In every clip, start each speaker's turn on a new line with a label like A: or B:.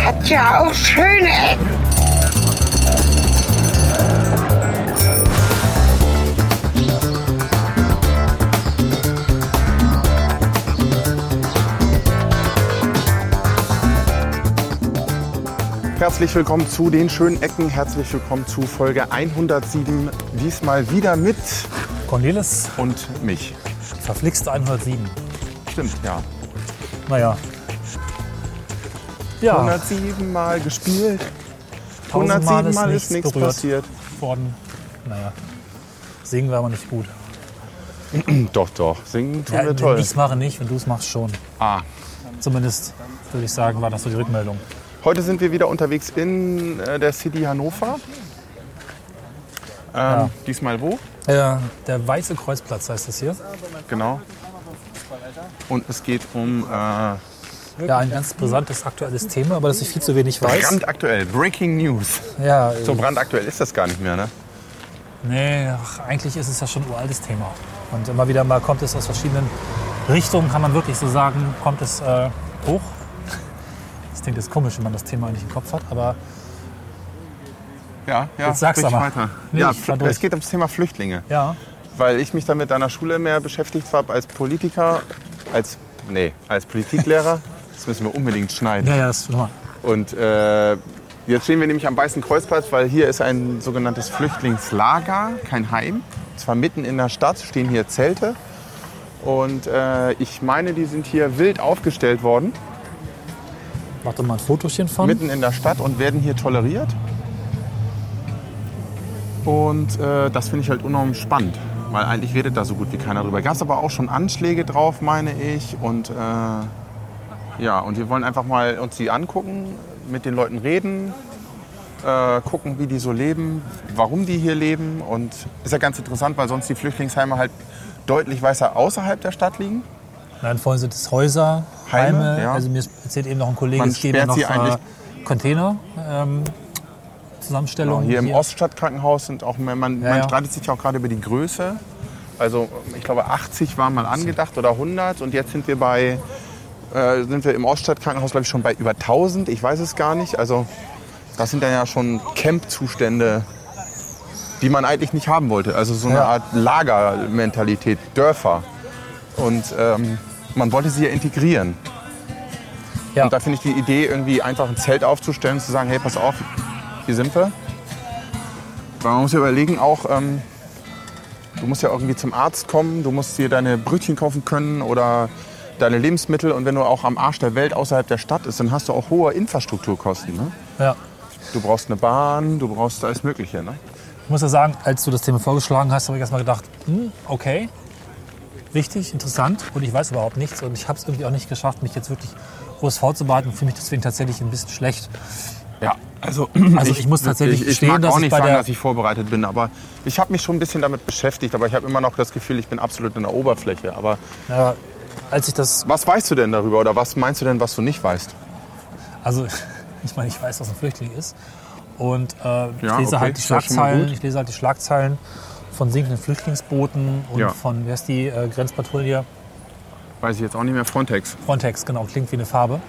A: hat ja auch schöne Ecken.
B: Herzlich willkommen zu den schönen Ecken. Herzlich willkommen zu Folge 107. Diesmal wieder mit
C: Cornelis,
B: und mich.
C: verflixt 107.
B: Stimmt, ja.
C: Naja. Ja,
B: 107 Mal gespielt.
C: tausendmal
B: 107 Mal ist nichts
C: berührt
B: passiert.
C: worden. Naja, singen wir aber nicht gut.
B: Hm, Doch, doch. Singen tun
C: Ja,
B: wir toll.
C: Ich mache nicht, wenn du es machst schon.
B: Ah.
C: Zumindest würde ich sagen, war das so die Rückmeldung.
B: Heute sind wir wieder unterwegs in äh, der City Hannover. Ähm,
C: Ja.
B: Diesmal wo?
C: Ja, Äh, der Weiße Kreuzplatz heißt das hier.
B: Genau. Und es geht um äh,
C: Ja, ein ganz brisantes aktuelles Thema, über das ich viel zu wenig weiß.
B: brandaktuell, Breaking News.
C: Ja, äh,
B: So brandaktuell ist das gar nicht mehr, ne?
C: Nee, ach, eigentlich ist es ja schon ein uraltes Thema. Und immer wieder mal kommt es aus verschiedenen Richtungen, kann man wirklich so sagen, kommt es äh, hoch. Das klingt jetzt komisch, wenn man das Thema nicht im Kopf hat, aber
B: Ja, ja.
C: Jetzt sag's
B: sprich
C: aber.
B: Weiter.
C: Nee,
B: ja,
C: ich fahr
B: Fl-
C: durch.
B: es geht ums Thema Flüchtlinge.
C: ja,
B: Weil ich mich dann mit deiner Schule mehr beschäftigt habe als Politiker, als, nee, als Politiklehrer. Das müssen wir unbedingt schneiden.
C: ja, ja, das nochmal.
B: Und äh, jetzt stehen wir nämlich am Weißen Kreuzplatz, weil hier ist ein sogenanntes Flüchtlingslager, kein Heim. Zwar mitten in der Stadt stehen hier Zelte. Und äh, ich meine, die sind hier wild aufgestellt worden,
C: Warte mal ein Fotochen von.
B: mitten in der Stadt und werden hier toleriert. Und äh, das finde ich halt unheimlich spannend, weil eigentlich redet da so gut wie keiner drüber. Gab es aber auch schon Anschläge drauf, meine ich. Und äh, ja, und wir wollen einfach mal uns die angucken, mit den Leuten reden, äh, gucken, wie die so leben, warum die hier leben. Und ist ja ganz interessant, weil sonst die Flüchtlingsheime halt deutlich weiter außerhalb der Stadt liegen.
C: Nein, vorhin sind es Häuser, Heime.
B: Heime, ja.
C: Also mir erzählt eben noch ein Kollege,
B: Man
C: es gäbe
B: sperrt
C: noch
B: sie
C: äh,
B: eigentlich-
C: Container. Ähm, Zusammenstellung.
B: Genau, Hier im Oststadtkrankenhaus sind auch, man, man
C: ja.
B: streitet sich ja auch gerade über die Größe. Also ich glaube 80 waren mal angedacht oder 100 und jetzt sind wir bei, äh, sind wir im Oststadtkrankenhaus glaube ich schon bei über 1000, ich weiß es gar nicht. Also das sind dann ja schon Camp-Zustände, die man eigentlich nicht haben wollte. Also so eine
C: Ja.
B: Art Lagermentalität, Dörfer. Und ähm, man wollte sie ja integrieren.
C: Ja.
B: Und da finde ich die Idee, irgendwie einfach ein Zelt aufzustellen und zu sagen, hey, pass auf, hier sind wir. Weil man muss ja überlegen auch, ähm, du musst ja irgendwie zum Arzt kommen, du musst dir deine Brötchen kaufen können oder deine Lebensmittel. Und wenn du auch am Arsch der Welt außerhalb der Stadt ist, dann hast du auch hohe Infrastrukturkosten. Ne?
C: Ja.
B: Du brauchst eine Bahn, du brauchst alles Mögliche. Ne?
C: Ich muss ja sagen, als du das Thema vorgeschlagen hast, habe ich erstmal gedacht, hm, okay, wichtig, interessant und ich weiß überhaupt nichts und ich habe es irgendwie auch nicht geschafft, mich jetzt wirklich groß vorzubereiten und fühle mich deswegen tatsächlich ein bisschen schlecht.
B: Ja, also,
C: Also ich muss tatsächlich
B: ich, ich
C: gestehen,
B: mag
C: dass
B: auch
C: ich
B: nicht
C: bei
B: sagen,
C: der-
B: dass ich vorbereitet bin, aber ich habe mich schon ein bisschen damit beschäftigt, aber ich habe immer noch das Gefühl, ich bin absolut in der Oberfläche. Aber
C: Ja, als ich das,
B: was weißt du denn darüber oder was meinst du denn, was du nicht weißt?
C: also ich meine, ich weiß, was ein Flüchtling ist und äh, ich,
B: Ja,
C: lese
B: okay,
C: halt die
B: ist ja schon mal
C: Schlagzeilen,
B: gut.
C: ich lese halt die Schlagzeilen von sinkenden Flüchtlingsbooten und
B: Ja.
C: von, wer ist die, äh, Grenzpatrouille,
B: Weiß ich jetzt auch nicht mehr. Frontex.
C: Frontex, genau, klingt wie eine Farbe.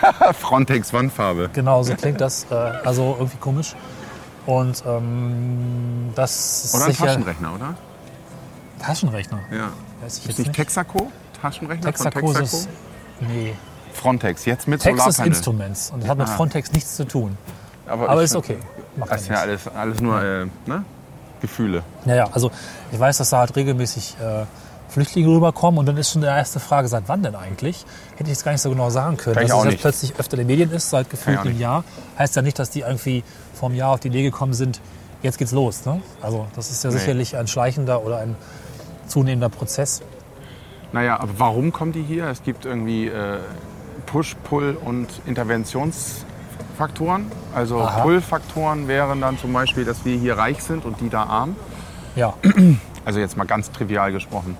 B: Ah, Frontex Wandfarbe.
C: Genau, so klingt das. Äh, also irgendwie komisch. Und ähm, das ist
B: Oder ein
C: sicher
B: Taschenrechner, oder?
C: Taschenrechner.
B: Ja.
C: Weiß ich
B: Ist
C: jetzt
B: nicht
C: nicht.
B: Texaco? Taschenrechner
C: Texaco
B: von
C: ist
B: Texaco?
C: nee.
B: Frontex, jetzt mit
C: Texas
B: Solarpanel.
C: Instruments und das hat mit
B: Ah.
C: Frontex nichts zu tun.
B: Aber,
C: Aber
B: ich-
C: ist okay. Macht
B: Das ist ja
C: nichts.
B: alles, alles nur äh, ne? Gefühle.
C: Naja, also ich weiß, dass da halt regelmäßig äh, Flüchtlinge rüberkommen und dann ist schon die erste Frage, seit wann denn eigentlich? Hätte ich jetzt gar nicht so genau sagen können.
B: Kann ich
C: dass
B: auch
C: es jetzt
B: nicht.
C: plötzlich öfter in den Medien ist, seit gefühlt
B: auch
C: einem
B: nicht.
C: Jahr, heißt ja nicht, dass die irgendwie vom Jahr auf die Idee gekommen sind, jetzt geht's los. Ne? Also das ist ja
B: Nee.
C: sicherlich ein schleichender oder ein zunehmender Prozess.
B: Naja, aber warum kommen die hier? Es gibt irgendwie äh, Push, Pull und Interventionsfaktoren. Also
C: Aha.
B: Pull-Faktoren wären dann zum Beispiel, dass wir hier reich sind und die da arm.
C: Ja,
B: Also jetzt mal ganz trivial gesprochen.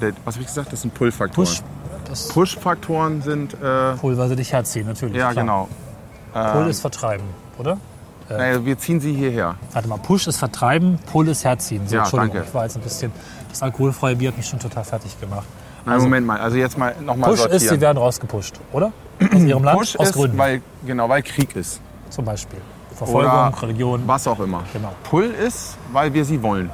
B: Der- Was habe ich gesagt? Das sind
C: Push,
B: Pull-Faktoren.
C: das
B: Push-Faktoren sind, äh,
C: Pulver sie dich herziehen, natürlich.
B: ja
C: klar.
B: genau.
C: Pull ist vertreiben, oder? Äh.
B: Naja, wir ziehen sie hierher.
C: Warte mal, Push ist vertreiben, Pull ist herziehen. So,
B: Ja,
C: Entschuldigung,
B: danke.
C: ich war jetzt ein bisschen. Das alkoholfreie Bier hat mich schon total fertig gemacht.
B: Nein, Moment mal. Also jetzt mal nochmal
C: Push
B: sortieren.
C: ist, sie werden rausgepusht, oder? Aus ihrem Land,
B: Push
C: aus
B: ist,
C: Gründen
B: weil genau, weil Krieg ist
C: zum Beispiel. Verfolgung,
B: oder
C: Religion,
B: was auch immer.
C: Genau.
B: Pull ist, weil wir sie wollen.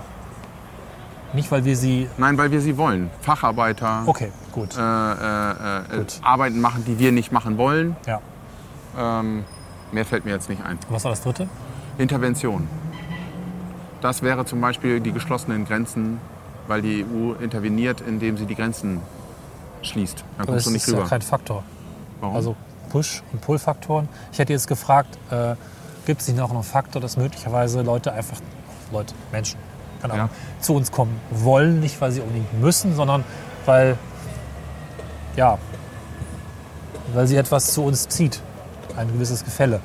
C: nicht weil wir sie...
B: Nein, weil wir sie wollen. Facharbeiter
C: Okay, gut,
B: äh, äh, äh, äh,
C: Gut.
B: Arbeiten machen, die wir nicht machen wollen.
C: ja.
B: Ähm, mehr fällt mir jetzt nicht ein.
C: Was war das dritte?
B: Intervention. Das wäre zum Beispiel die geschlossenen Grenzen, weil die EU interveniert, indem sie die Grenzen schließt. Dann
C: Aber
B: kommst
C: das
B: du nicht
C: ist
B: rüber.
C: ja kein Faktor.
B: Warum?
C: Also Push- und Pull-Faktoren. Ich hätte jetzt gefragt, äh, gibt es nicht noch einen Faktor, dass möglicherweise Leute einfach, Leute, Menschen, keine Ahnung, zu uns kommen wollen, nicht weil sie unbedingt müssen, sondern weil, ja, weil sie etwas zu uns zieht. Ein gewisses Gefälle.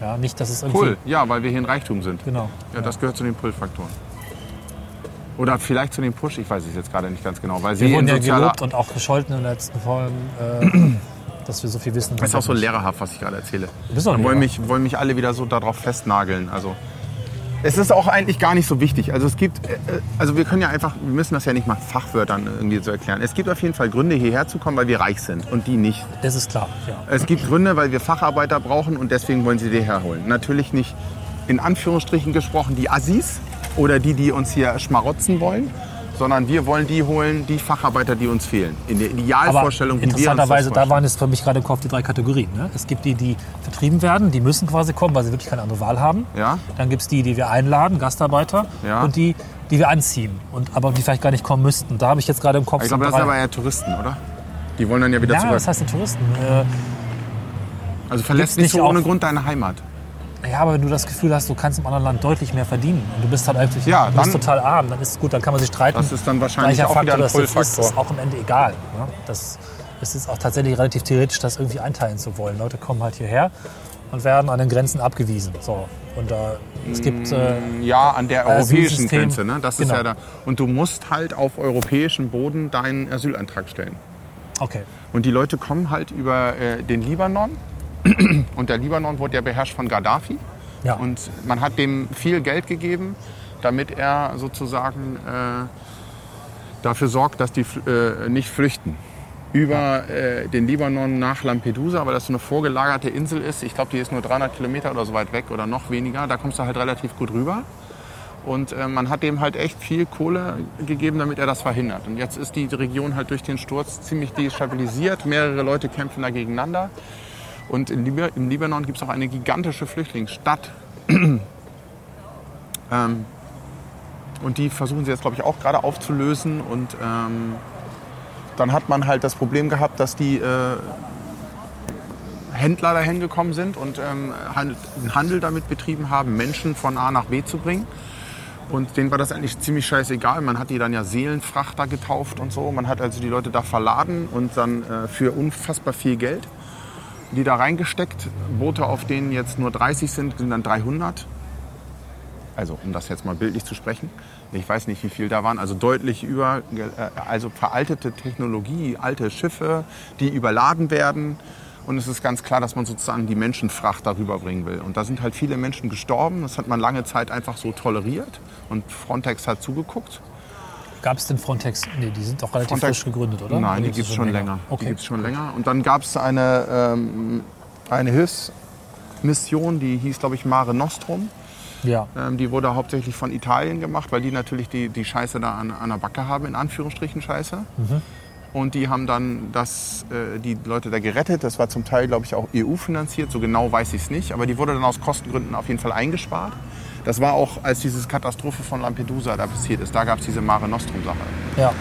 C: Ja, nicht, dass es irgendwie.
B: Pull, ja, weil wir hier in Reichtum sind.
C: Genau.
B: Ja, das gehört zu den Pull-Faktoren. Oder vielleicht zu den Push, ich weiß es jetzt gerade nicht ganz genau, weil sie
C: Wir
B: in
C: wurden ja
B: sozialer...
C: gelobt und auch gescholten in den letzten Folgen, äh, dass wir so viel wissen.
B: Das ist auch so lehrerhaft, was ich gerade erzähle.
C: Du bist doch ein
B: Dann wollen,
C: Lehrer.
B: mich, wollen mich alle wieder so darauf festnageln. Also es ist auch eigentlich gar nicht so wichtig. Also es gibt, äh, äh, also wir können ja einfach, wir müssen das ja nicht mal Fachwörtern irgendwie so erklären. Es gibt auf jeden Fall Gründe, hierher zu kommen, weil wir reich sind und die nicht.
C: Das ist klar, ja.
B: Es gibt Gründe, weil wir Facharbeiter brauchen und deswegen wollen sie die herholen. Natürlich nicht in Anführungsstrichen gesprochen die Assis oder die, die uns hier schmarotzen wollen, sondern wir wollen die holen, die Facharbeiter, die uns fehlen. In der
C: Aber
B: Idealvorstellung, wie wir uns das
C: interessanterweise, da
B: vorstellen.
C: waren jetzt für mich gerade im Kopf die drei Kategorien. Ne? Es gibt die, die vertrieben werden, die müssen quasi kommen, weil sie wirklich keine andere Wahl haben.
B: Ja.
C: Dann gibt es die, die wir einladen, Gastarbeiter.
B: Ja.
C: Und die, die wir anziehen, und, aber die vielleicht gar nicht kommen müssten. Da habe ich jetzt gerade im Kopf
B: Ich
C: so
B: glaube, das
C: drei.
B: sind aber eher Touristen, oder? Die wollen dann ja wieder
C: ja,
B: zurück.
C: das heißt die Touristen. Äh,
B: also verlässt
C: gibt's
B: nicht so
C: nicht
B: ohne
C: auf.
B: Grund deine Heimat.
C: ja, aber wenn du das Gefühl hast, du kannst im anderen Land deutlich mehr verdienen und du bist halt eigentlich
B: Ja,
C: du bist
B: dann-
C: total arm, dann ist gut, dann kann man sich streiten.
B: Das ist dann wahrscheinlich
C: Gleicher
B: auch wieder ein
C: das jetzt ist,
B: Pull-Faktor.
C: ist auch am Ende egal. Ne? Das es ist auch tatsächlich relativ theoretisch, das irgendwie einteilen zu wollen. Leute kommen halt hierher und werden an den Grenzen abgewiesen. So. Und äh,
B: Mm.
C: es gibt äh,
B: Ja, an der europäischen
C: Asylsystem.
B: Grenze. Ne? Das ist
C: Genau.
B: ja da. Und du musst halt auf europäischem Boden deinen Asylantrag stellen.
C: okay.
B: Und die Leute kommen halt über äh, den Libanon. Und der Libanon wurde ja beherrscht von Gaddafi.
C: Ja.
B: Und man hat dem viel Geld gegeben, damit er sozusagen äh, dafür sorgt, dass die fl- äh, nicht flüchten. Über äh, den Libanon nach Lampedusa, weil das so eine vorgelagerte Insel ist. Ich glaube, die ist nur 300 Kilometer oder so weit weg oder noch weniger. Da kommst du halt relativ gut rüber. Und äh, man hat dem halt echt viel Kohle gegeben, damit er das verhindert. Und jetzt ist die Region halt durch den Sturz ziemlich destabilisiert. Mehrere Leute kämpfen da gegeneinander. Und in Lib im Libanon gibt es auch eine gigantische Flüchtlingsstadt. ähm, und die versuchen sie jetzt, glaube ich, auch gerade aufzulösen. Und ähm, dann hat man halt das Problem gehabt, dass die äh, Händler dahin gekommen sind und ähm, Handel, einen Handel damit betrieben haben, Menschen von A nach B zu bringen. Und denen war das eigentlich ziemlich scheißegal. Man hat die dann ja Seelenfrachter getauft und so. Man hat also die Leute da verladen und dann äh, für unfassbar viel Geld die da reingesteckt. Boote, auf denen jetzt nur 30 sind, sind dann 300. Also um das jetzt mal bildlich zu sprechen. Ich weiß nicht, wie viel da waren. Also deutlich über, äh, also veraltete Technologie, alte Schiffe, die überladen werden. Und es ist ganz klar, dass man sozusagen die Menschenfracht darüber bringen will. Und da sind halt viele Menschen gestorben. Das hat man lange Zeit einfach so toleriert. Und Frontex hat zugeguckt.
C: Gab es denn Frontex? Nee, die sind doch relativ
B: Frontex-
C: frisch gegründet, oder?
B: Nein,
C: Oder
B: die
C: gibt's
B: gibt es
C: die
B: schon länger. Die
C: Okay.
B: gibt's schon länger. Und dann gab es eine, ähm, eine Hilfsmission, die hieß, glaube ich, Mare Nostrum.
C: Ja.
B: Ähm, die wurde hauptsächlich von Italien gemacht, weil die natürlich die, die Scheiße da an, an der Backe haben, in Anführungsstrichen Scheiße. Und die haben dann das, äh, die Leute da gerettet. Das war zum Teil, glaube ich, auch EU-finanziert. So genau weiß ich es nicht. Aber die wurde dann aus Kostengründen auf jeden Fall eingespart. Das war auch, als diese Katastrophe von Lampedusa da passiert ist. Da gab es diese Mare Nostrum-Sache.
C: ja.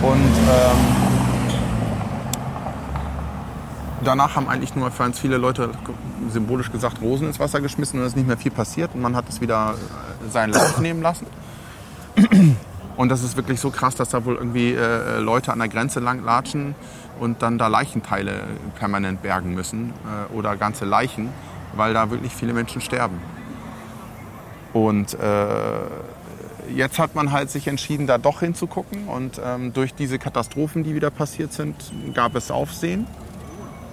B: Und ähm, danach haben eigentlich nur ganz viele Leute symbolisch gesagt Rosen ins Wasser geschmissen und es ist nicht mehr viel passiert und man hat es wieder äh, seinen Lauf nehmen lassen. Und das ist wirklich so krass, dass da wohl irgendwie äh, Leute an der Grenze lang latschen und dann da Leichenteile permanent bergen müssen äh, oder ganze Leichen, weil da wirklich viele Menschen sterben. Und äh, jetzt hat man halt sich entschieden, da doch hinzugucken. Und ähm, durch diese Katastrophen, die wieder passiert sind, gab es Aufsehen.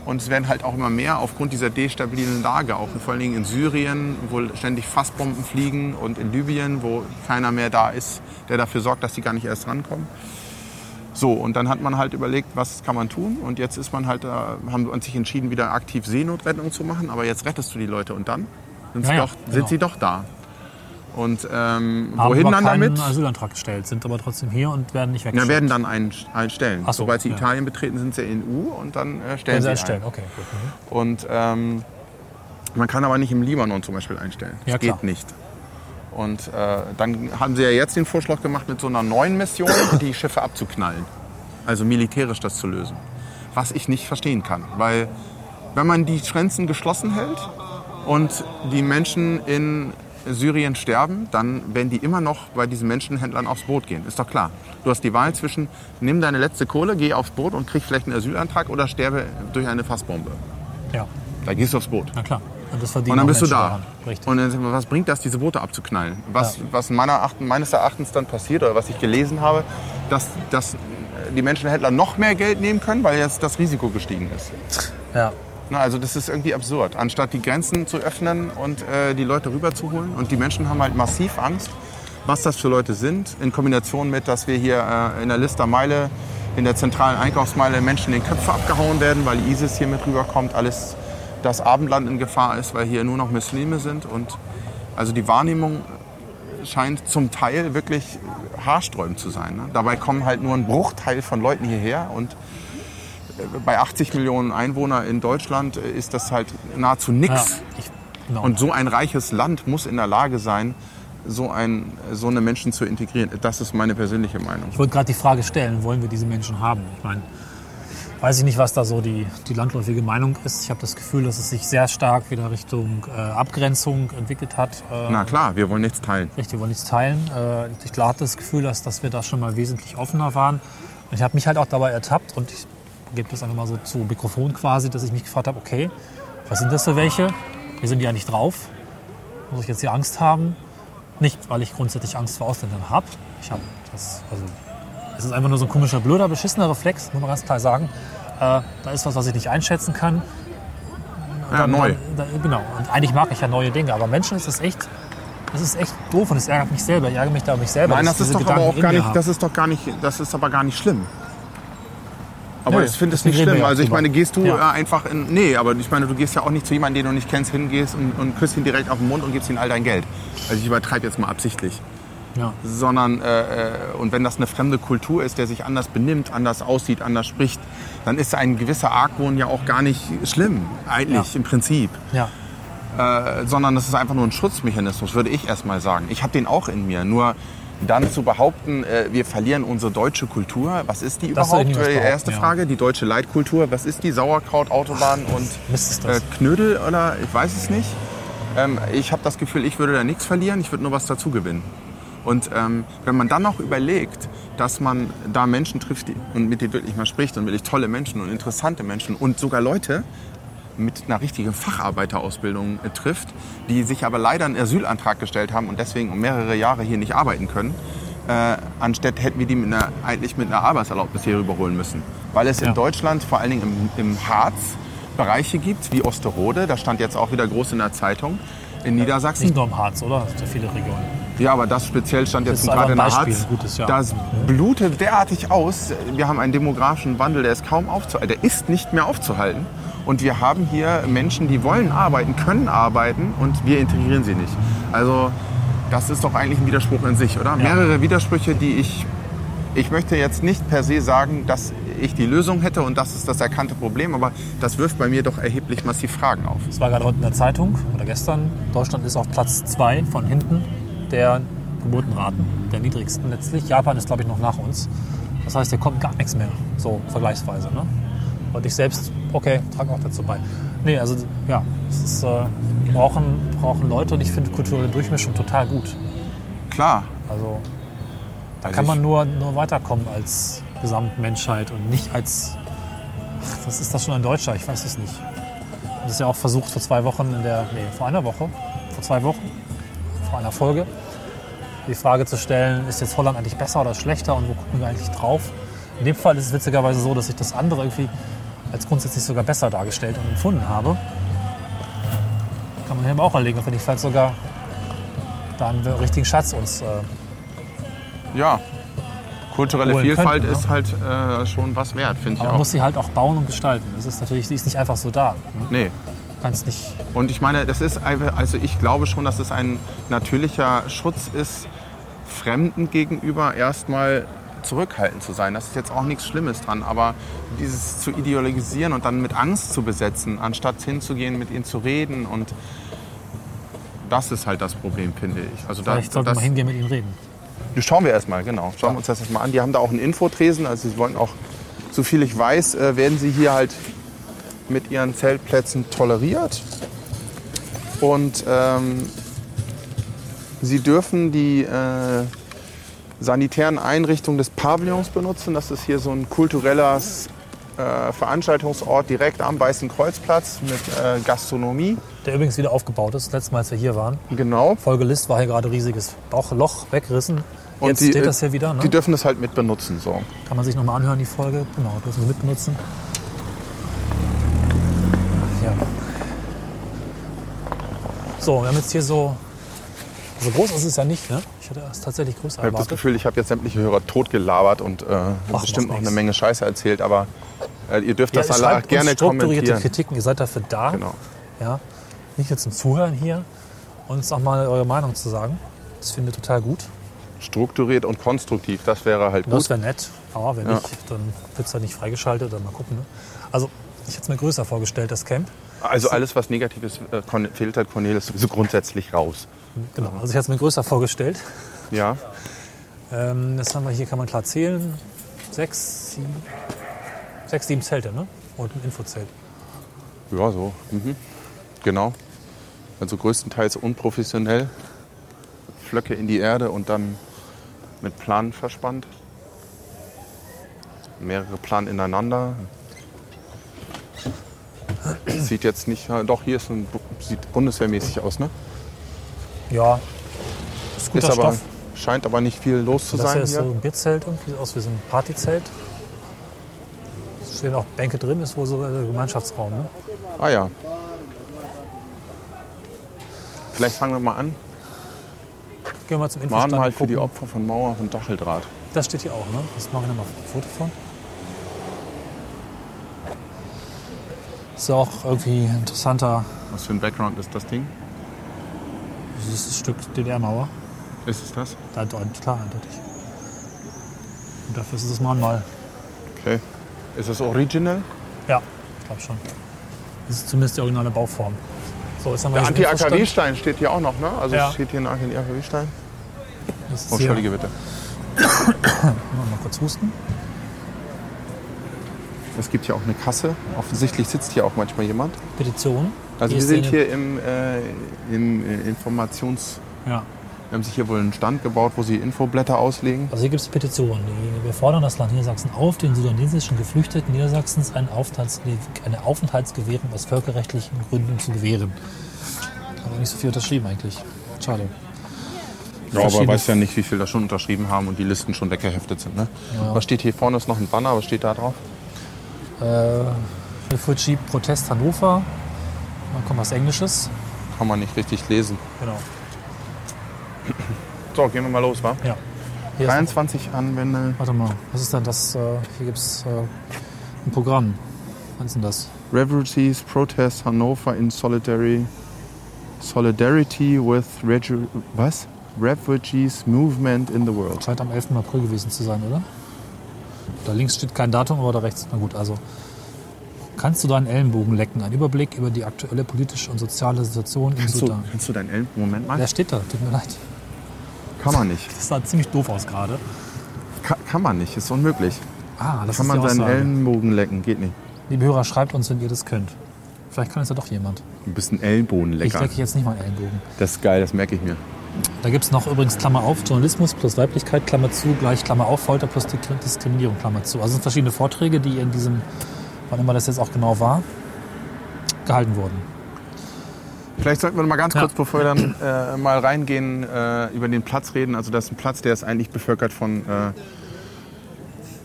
B: Und es werden halt auch immer mehr aufgrund dieser destabilen Lage, auch vor allen Dingen in Syrien, wo ständig Fassbomben fliegen und in Libyen, wo keiner mehr da ist, der dafür sorgt, dass die gar nicht erst rankommen. So, und dann hat man halt überlegt, was kann man tun? Und jetzt ist man halt, da, haben wir uns sich entschieden, wieder aktiv Seenotrettung zu machen. Aber jetzt rettest du die Leute und dann sind sie,
C: Ja, ja,
B: doch,
C: genau.
B: sind sie doch da. Und ähm,
C: Haben
B: wohin
C: aber
B: dann
C: keinen
B: damit?
C: Asylantrag gestellt, sind aber trotzdem hier und werden nicht
B: Ja,
C: weggeschickt.
B: werden dann ein, einstellen.
C: Ach so,
B: Sobald sie
C: ja. Also
B: Italien betreten, sind sie in EU und dann äh, stellen
C: Werden sie
B: sie
C: einstellen,
B: ein.
C: okay. Gut. Mhm.
B: Und ähm, man kann aber nicht im Libanon zum Beispiel einstellen.
C: Ja,
B: das
C: klar.
B: geht nicht. Und äh, dann haben sie ja jetzt den Vorschlag gemacht, mit so einer neuen Mission die Schiffe abzuknallen. Also militärisch das zu lösen. Was ich nicht verstehen kann. Weil wenn man die Grenzen geschlossen hält und die Menschen in Syrien sterben, dann werden die immer noch bei diesen Menschenhändlern aufs Boot gehen. Ist doch klar. Du hast die Wahl zwischen, nimm deine letzte Kohle, geh aufs Boot und krieg vielleicht einen Asylantrag oder sterbe durch eine Fassbombe.
C: Ja,
B: Da gehst du aufs Boot.
C: na klar. Und, das verdienen
B: Und dann
C: auch
B: bist du
C: Menschen
B: da.
C: daran. Richtig.
B: Und dann, sagen wir, was bringt das, diese Boote abzuknallen? Was, was meiner Eracht- meines Erachtens dann passiert oder was ich gelesen habe, dass, dass die Menschenhändler noch mehr Geld nehmen können, weil jetzt das Risiko gestiegen ist.
C: ja.
B: Na, also das ist irgendwie absurd. Anstatt die Grenzen zu öffnen und äh, die Leute rüberzuholen. Und die Menschen haben halt massiv Angst, was das für Leute sind. In Kombination mit, dass wir hier äh, in der Lister Meile, in der zentralen Einkaufsmeile Menschen den Köpfe abgehauen werden, weil ISIS hier mit rüberkommt. Alles das Abendland in Gefahr ist, weil hier nur noch Muslime sind. Und also die Wahrnehmung scheint zum Teil wirklich haarsträubend zu sein. Ne? Dabei kommen halt nur ein Bruchteil von Leuten hierher und äh, bei 80 Millionen Einwohnern in Deutschland äh, ist das halt nahezu
C: ja.
B: nichts.
C: Ich, genau.
B: Und so ein reiches Land muss in der Lage sein, so, ein, so eine Menschen zu integrieren. Das ist meine persönliche Meinung.
C: Ich wollte gerade die Frage stellen, wollen wir diese Menschen haben? Ich meine, weiß ich nicht, was da so die, die landläufige Meinung ist. Ich habe das Gefühl, dass es sich sehr stark wieder Richtung äh, Abgrenzung entwickelt hat. Äh,
B: Na klar, wir wollen nichts teilen.
C: Richtig, wir wollen nichts teilen. Äh, ich klar hatte das Gefühl, dass, dass wir da schon mal wesentlich offener waren. Und ich habe mich halt auch dabei ertappt und ich gebe das einfach mal so zu Mikrofon quasi, dass ich mich gefragt habe, okay, was sind das für welche? Wie sind die eigentlich drauf? Muss ich jetzt hier Angst haben? Nicht, weil ich grundsätzlich Angst vor Ausländern habe. Ich habe das, also, es ist einfach nur so ein komischer, blöder, beschissener Reflex, muss man ganz klar sagen. Äh, da ist was, was ich nicht einschätzen kann.
B: Ja,
C: Dann-
B: neu.
C: Dann, dann, genau. Und eigentlich mag ich ja neue Dinge, aber Menschen ist es echt, das ist echt doof und es ärgert mich selber. Ich ärgere mich da mich selber.
B: Nein,
C: dass
B: das
C: ich
B: ist
C: diese
B: doch aber
C: Gedanken
B: auch
C: in
B: gar
C: mir
B: nicht,
C: habe.
B: das ist doch gar nicht, das ist aber gar nicht schlimm. Aber
C: Nö,
B: ich finde es
C: deswegen
B: nicht
C: reden wir
B: schlimm.
C: ja
B: Also ich
C: drüber.
B: meine, gehst du
C: Ja.
B: äh, einfach in. Nee, aber ich meine, du gehst ja auch nicht zu jemandem, den du nicht kennst, hingehst und, und küsst ihn direkt auf den Mund und gibst ihm all dein Geld. Also ich übertreibe jetzt mal absichtlich.
C: Ja.
B: sondern äh, äh, und wenn das eine fremde Kultur ist, der sich anders benimmt, anders aussieht, anders spricht, dann ist ein gewisser Argwohn ja auch gar nicht schlimm, eigentlich
C: Ja.
B: im Prinzip,
C: ja.
B: äh, sondern das ist einfach nur ein Schutzmechanismus, würde ich erstmal sagen. Ich habe den auch in mir, nur dann zu behaupten, äh, wir verlieren unsere deutche Kultur, was ist die
C: Das soll ich
B: überhaupt?
C: niemals
B: Äh,
C: behaupten,
B: erste
C: ja.
B: Frage, die deutsche Leitkultur, was ist die Sauerkraut, Autobahn und
C: Mist ist das.
B: äh, Knödel oder ich weiß es nicht. Ähm, ich habe das Gefühl, ich würde da nichts verlieren, ich würde nur was dazu gewinnen. Und ähm, wenn man dann noch überlegt, dass man da Menschen trifft die, und mit denen wirklich mal spricht und wirklich tolle Menschen und interessante Menschen und sogar Leute mit einer richtigen Facharbeiterausbildung äh, trifft, die sich aber leider einen Asylantrag gestellt haben und deswegen um mehrere Jahre hier nicht arbeiten können, äh, anstatt hätten wir die mit einer, eigentlich mit einer Arbeitserlaubnis hier rüberholen müssen. Weil es
C: Ja.
B: in Deutschland, vor allen Dingen im, im Harz, Bereiche gibt, wie Osterode, da stand jetzt auch wieder groß in der Zeitung, in Niedersachsen,
C: Nicht nur im Harz, oder? Es gibt ja viele Regionen.
B: ja, aber das speziell stand
C: Das
B: jetzt
C: ist
B: gerade in
C: aber
B: der
C: ein Beispiel,
B: Harz.
C: ein gutes Jahr.
B: Das blutet derartig aus. Wir haben einen demografischen Wandel, der ist kaum aufzuhalten. Der ist nicht mehr aufzuhalten. Und wir haben hier Menschen, die wollen arbeiten, können arbeiten und wir integrieren sie nicht. Also das ist doch eigentlich ein Widerspruch in sich, oder? Mehrere Widersprüche, die ich... Ich möchte jetzt nicht per se sagen, dass ich die Lösung hätte und das ist das erkannte Problem, aber das wirft bei mir doch erheblich massiv Fragen auf.
C: Es war gerade heute in der Zeitung oder gestern. Deutschland ist auf Platz 2 von hinten der Geburtenraten, der niedrigsten letztlich. Japan ist, glaube ich, noch nach uns. Das heißt, hier kommt gar nichts mehr, so vergleichsweise. Ne? Und ich selbst, okay, trage auch dazu bei. Nee, also ja, es ist, äh, wir brauchen, brauchen Leute und ich finde kulturelle Durchmischung total gut.
B: Klar,
C: Also da
B: Also
C: kann man
B: ich-
C: nur, nur weiterkommen als Gesamtmenschheit und nicht als, ach, was ist das schon ein Deutscher, ich weiß es nicht. Das ist ja auch versucht vor zwei Wochen in der, nee, vor einer Woche, vor zwei Wochen, vor einer Folge, die Frage zu stellen, ist jetzt Holland eigentlich besser oder schlechter und wo gucken wir eigentlich drauf? In dem Fall ist es witzigerweise so, dass ich das andere irgendwie als grundsätzlich sogar besser dargestellt und empfunden habe. Kann man hier aber auch erlegen, ob wir nicht vielleicht sogar da einen richtigen Schatz uns äh,
B: ja. kulturelle
C: holen
B: Vielfalt
C: könnten, ne?
B: ist halt äh, schon was wert, finde ich
C: Aber man
B: auch.
C: muss sie halt auch bauen und gestalten. Das ist natürlich, die ist nicht einfach so da. ne?
B: Nee.
C: Du kannst nicht.
B: Und ich meine, das ist einfach, also ich glaube schon, dass es ein natürlicher Schutz ist, Fremden gegenüber erstmal zurückhaltend zu sein. Das ist jetzt auch nichts Schlimmes dran, aber dieses zu ideologisieren und dann mit Angst zu besetzen, anstatt hinzugehen, mit ihnen zu reden und das ist halt das Problem, finde ich. Also da,
C: Vielleicht sollte
B: das,
C: man hingehen mit ihnen reden.
B: das schauen wir erstmal, genau. Schauen wir uns das erstmal an. Die haben da auch einen Infotresen, also sie wollen auch, so viel ich weiß, äh, werden sie hier halt mit ihren Zeltplätzen toleriert. Und ähm, sie dürfen die äh, sanitären Einrichtungen des Pavillons benutzen. Das ist hier so ein kultureller äh, Veranstaltungsort direkt am Weißen Kreuzplatz mit äh, Gastronomie.
C: Der übrigens wieder aufgebaut ist. Letztes Mal, als wir hier waren.
B: Genau.
C: Folge List war hier gerade riesiges Bauch- Loch weggerissen.
B: Und
C: Jetzt
B: die,
C: steht
B: äh,
C: das hier wieder. Ne?
B: Die dürfen das halt mit benutzen. So.
C: Kann man sich nochmal anhören, die Folge. Genau, dürfen Sie mitbenutzen. Ja. So, wir haben jetzt hier so. So groß ist es ja nicht, ne? Ich hatte es tatsächlich größer
B: Ich habe das
C: erwartet.
B: Gefühl, ich habe jetzt sämtliche Hörer totgelabert und äh, bestimmt
C: macht
B: noch
C: nix.
B: eine Menge Scheiße erzählt, aber äh, ihr dürft
C: Ja,
B: das alle
C: schreibt
B: gerne
C: uns strukturierte
B: kommentieren.
C: Kritiken, ihr seid dafür da.
B: Genau.
C: Ja. Nicht nur zum Zuhören hier, uns auch mal eure Meinung zu sagen. Das finden wir total gut.
B: Strukturiert und konstruktiv, das wäre halt
C: Das
B: gut.
C: wäre nett, aber wenn
B: Ja.
C: nicht, dann wird es halt nicht freigeschaltet. Dann mal gucken. Ne? Also, ich hätte es mir größer vorgestellt, das Camp.
B: Also alles, was negativ ist, äh, kon- filtert Cornelis sowieso grundsätzlich raus.
C: Genau, also ich hätte es mir größer vorgestellt.
B: Ja,
C: Ähm, das haben wir hier, kann man klar zählen. Sechs, sieben, sechs, sieben Zelte, ne? Und ein Infozelt.
B: ja so. Mhm. Genau. Also größtenteils unprofessionell. Flöcke in die Erde und dann mit Planen verspannt. Mehrere Planen ineinander. Sieht jetzt nicht, ja, doch hier ist ein, sieht bundeswehrmäßig aus, ne?
C: Ja, das ist guter
B: ist aber,
C: Stoff.
B: scheint aber nicht viel los zu
C: Das hier
B: sein
C: ist
B: hier.
C: so ein Bierzelt und sieht aus wie so ein Partyzelt. Es stehen auch Bänke drin, ist wohl so ein Gemeinschaftsraum. Ne?
B: Ah ja. Vielleicht fangen wir mal an.
C: Gehen wir mal zum Infostand.
B: Mahnmal halt für die
C: gucken.
B: Opfer von Mauer und Dacheldraht.
C: Das steht hier auch, ne? Das mache ich nochmal ein Foto von. Ist ja auch irgendwie ein interessanter,
B: Was für ein Background ist das Ding?
C: dieses Stück DDR-Mauer.
B: Ist es das?
C: Da deut- Klar, eindeutig. Und dafür ist es das Mahnmal.
B: Okay. Ist das original?
C: Ja, ich glaube schon. Das ist zumindest die originale Bauform. So, jetzt haben wir
B: Der
C: hier den Infostand.
B: Anti-AKW-Stein steht hier auch noch, ne? Also
C: Ja.
B: steht hier ein Anti-AKW-Stein.
C: Das ist
B: Oh,
C: hier.
B: entschuldige bitte.
C: Mal mal kurz husten.
B: Es gibt hier auch eine Kasse. Offensichtlich sitzt hier auch manchmal jemand.
C: Petition.
B: Also
C: Die
B: wir
C: ist
B: sind
C: eine-
B: hier im, äh, im äh, Informations...
C: Ja.
B: Wir haben sich hier wohl einen Stand gebaut, wo sie Infoblätter auslegen.
C: Also hier gibt es Petitionen. Die- Wir fordern das Land Niedersachsen auf, den sudanesischen Geflüchteten Niedersachsens einen Aufenthalts eine Aufenthaltsgewährung aus völkerrechtlichen Gründen zu gewähren. Aber nicht so viel unterschrieben eigentlich. Schade.
B: Ja, aber
C: Verschiedene-
B: weiß ja nicht, wie viel da schon unterschrieben haben und die Listen schon weggeheftet sind. Ne? Was steht hier vorne? Ist noch ein Banner. Was steht da drauf?
C: Äh, Refugee Protest Hannover. Dann kommt was Englisches.
B: Kann man nicht richtig lesen.
C: Genau.
B: So, gehen wir mal los, wa?
C: Ja. Hier ist-
B: 23 Anwender.
C: Warte mal, was ist denn das? äh, Hier gibt es ein Programm. Was ist denn das?
B: Refugees protest Hannover in solidary, solidarity with regu- was? refugees movement in the world.
C: Scheint am 11. April gewesen zu sein, oder? Da links steht kein Datum, aber da rechts. Na gut, also. Kannst du deinen Ellenbogen lecken? Ein Überblick über die aktuelle politische und soziale Situation im
B: Kannst du,
C: Sudan.
B: kannst du deinen Ellenbogen- Moment mal?
C: Der steht da, tut mir leid.
B: Kann man nicht.
C: Das sah ziemlich doof aus gerade.
B: Ka kann man nicht. Ist unmöglich.
C: Ah, das
B: Kann
C: ist
B: man
C: die
B: seinen
C: Aussage.
B: Ellenbogen lecken? Geht nicht.
C: Liebe Hörer, schreibt uns, wenn ihr das könnt. Vielleicht kann es ja doch jemand.
B: Du bist ein Ellenbogenlecker.
C: Ich lecke jetzt nicht meinen Ellenbogen.
B: Das ist geil, das merke ich mir.
C: Da gibt es noch übrigens Klammer auf, Journalismus plus Weiblichkeit, Klammer zu, gleich Klammer auf, Folter plus Di- Diskriminierung, Klammer zu. Also es sind verschiedene Vorträge, die in diesem, wann immer das jetzt auch genau war, gehalten wurden.
B: Vielleicht sollten wir mal ganz
C: Ja.
B: kurz, bevor wir dann äh, mal reingehen, äh, über den Platz reden. Also das ist ein Platz, der ist eigentlich bevölkert von äh,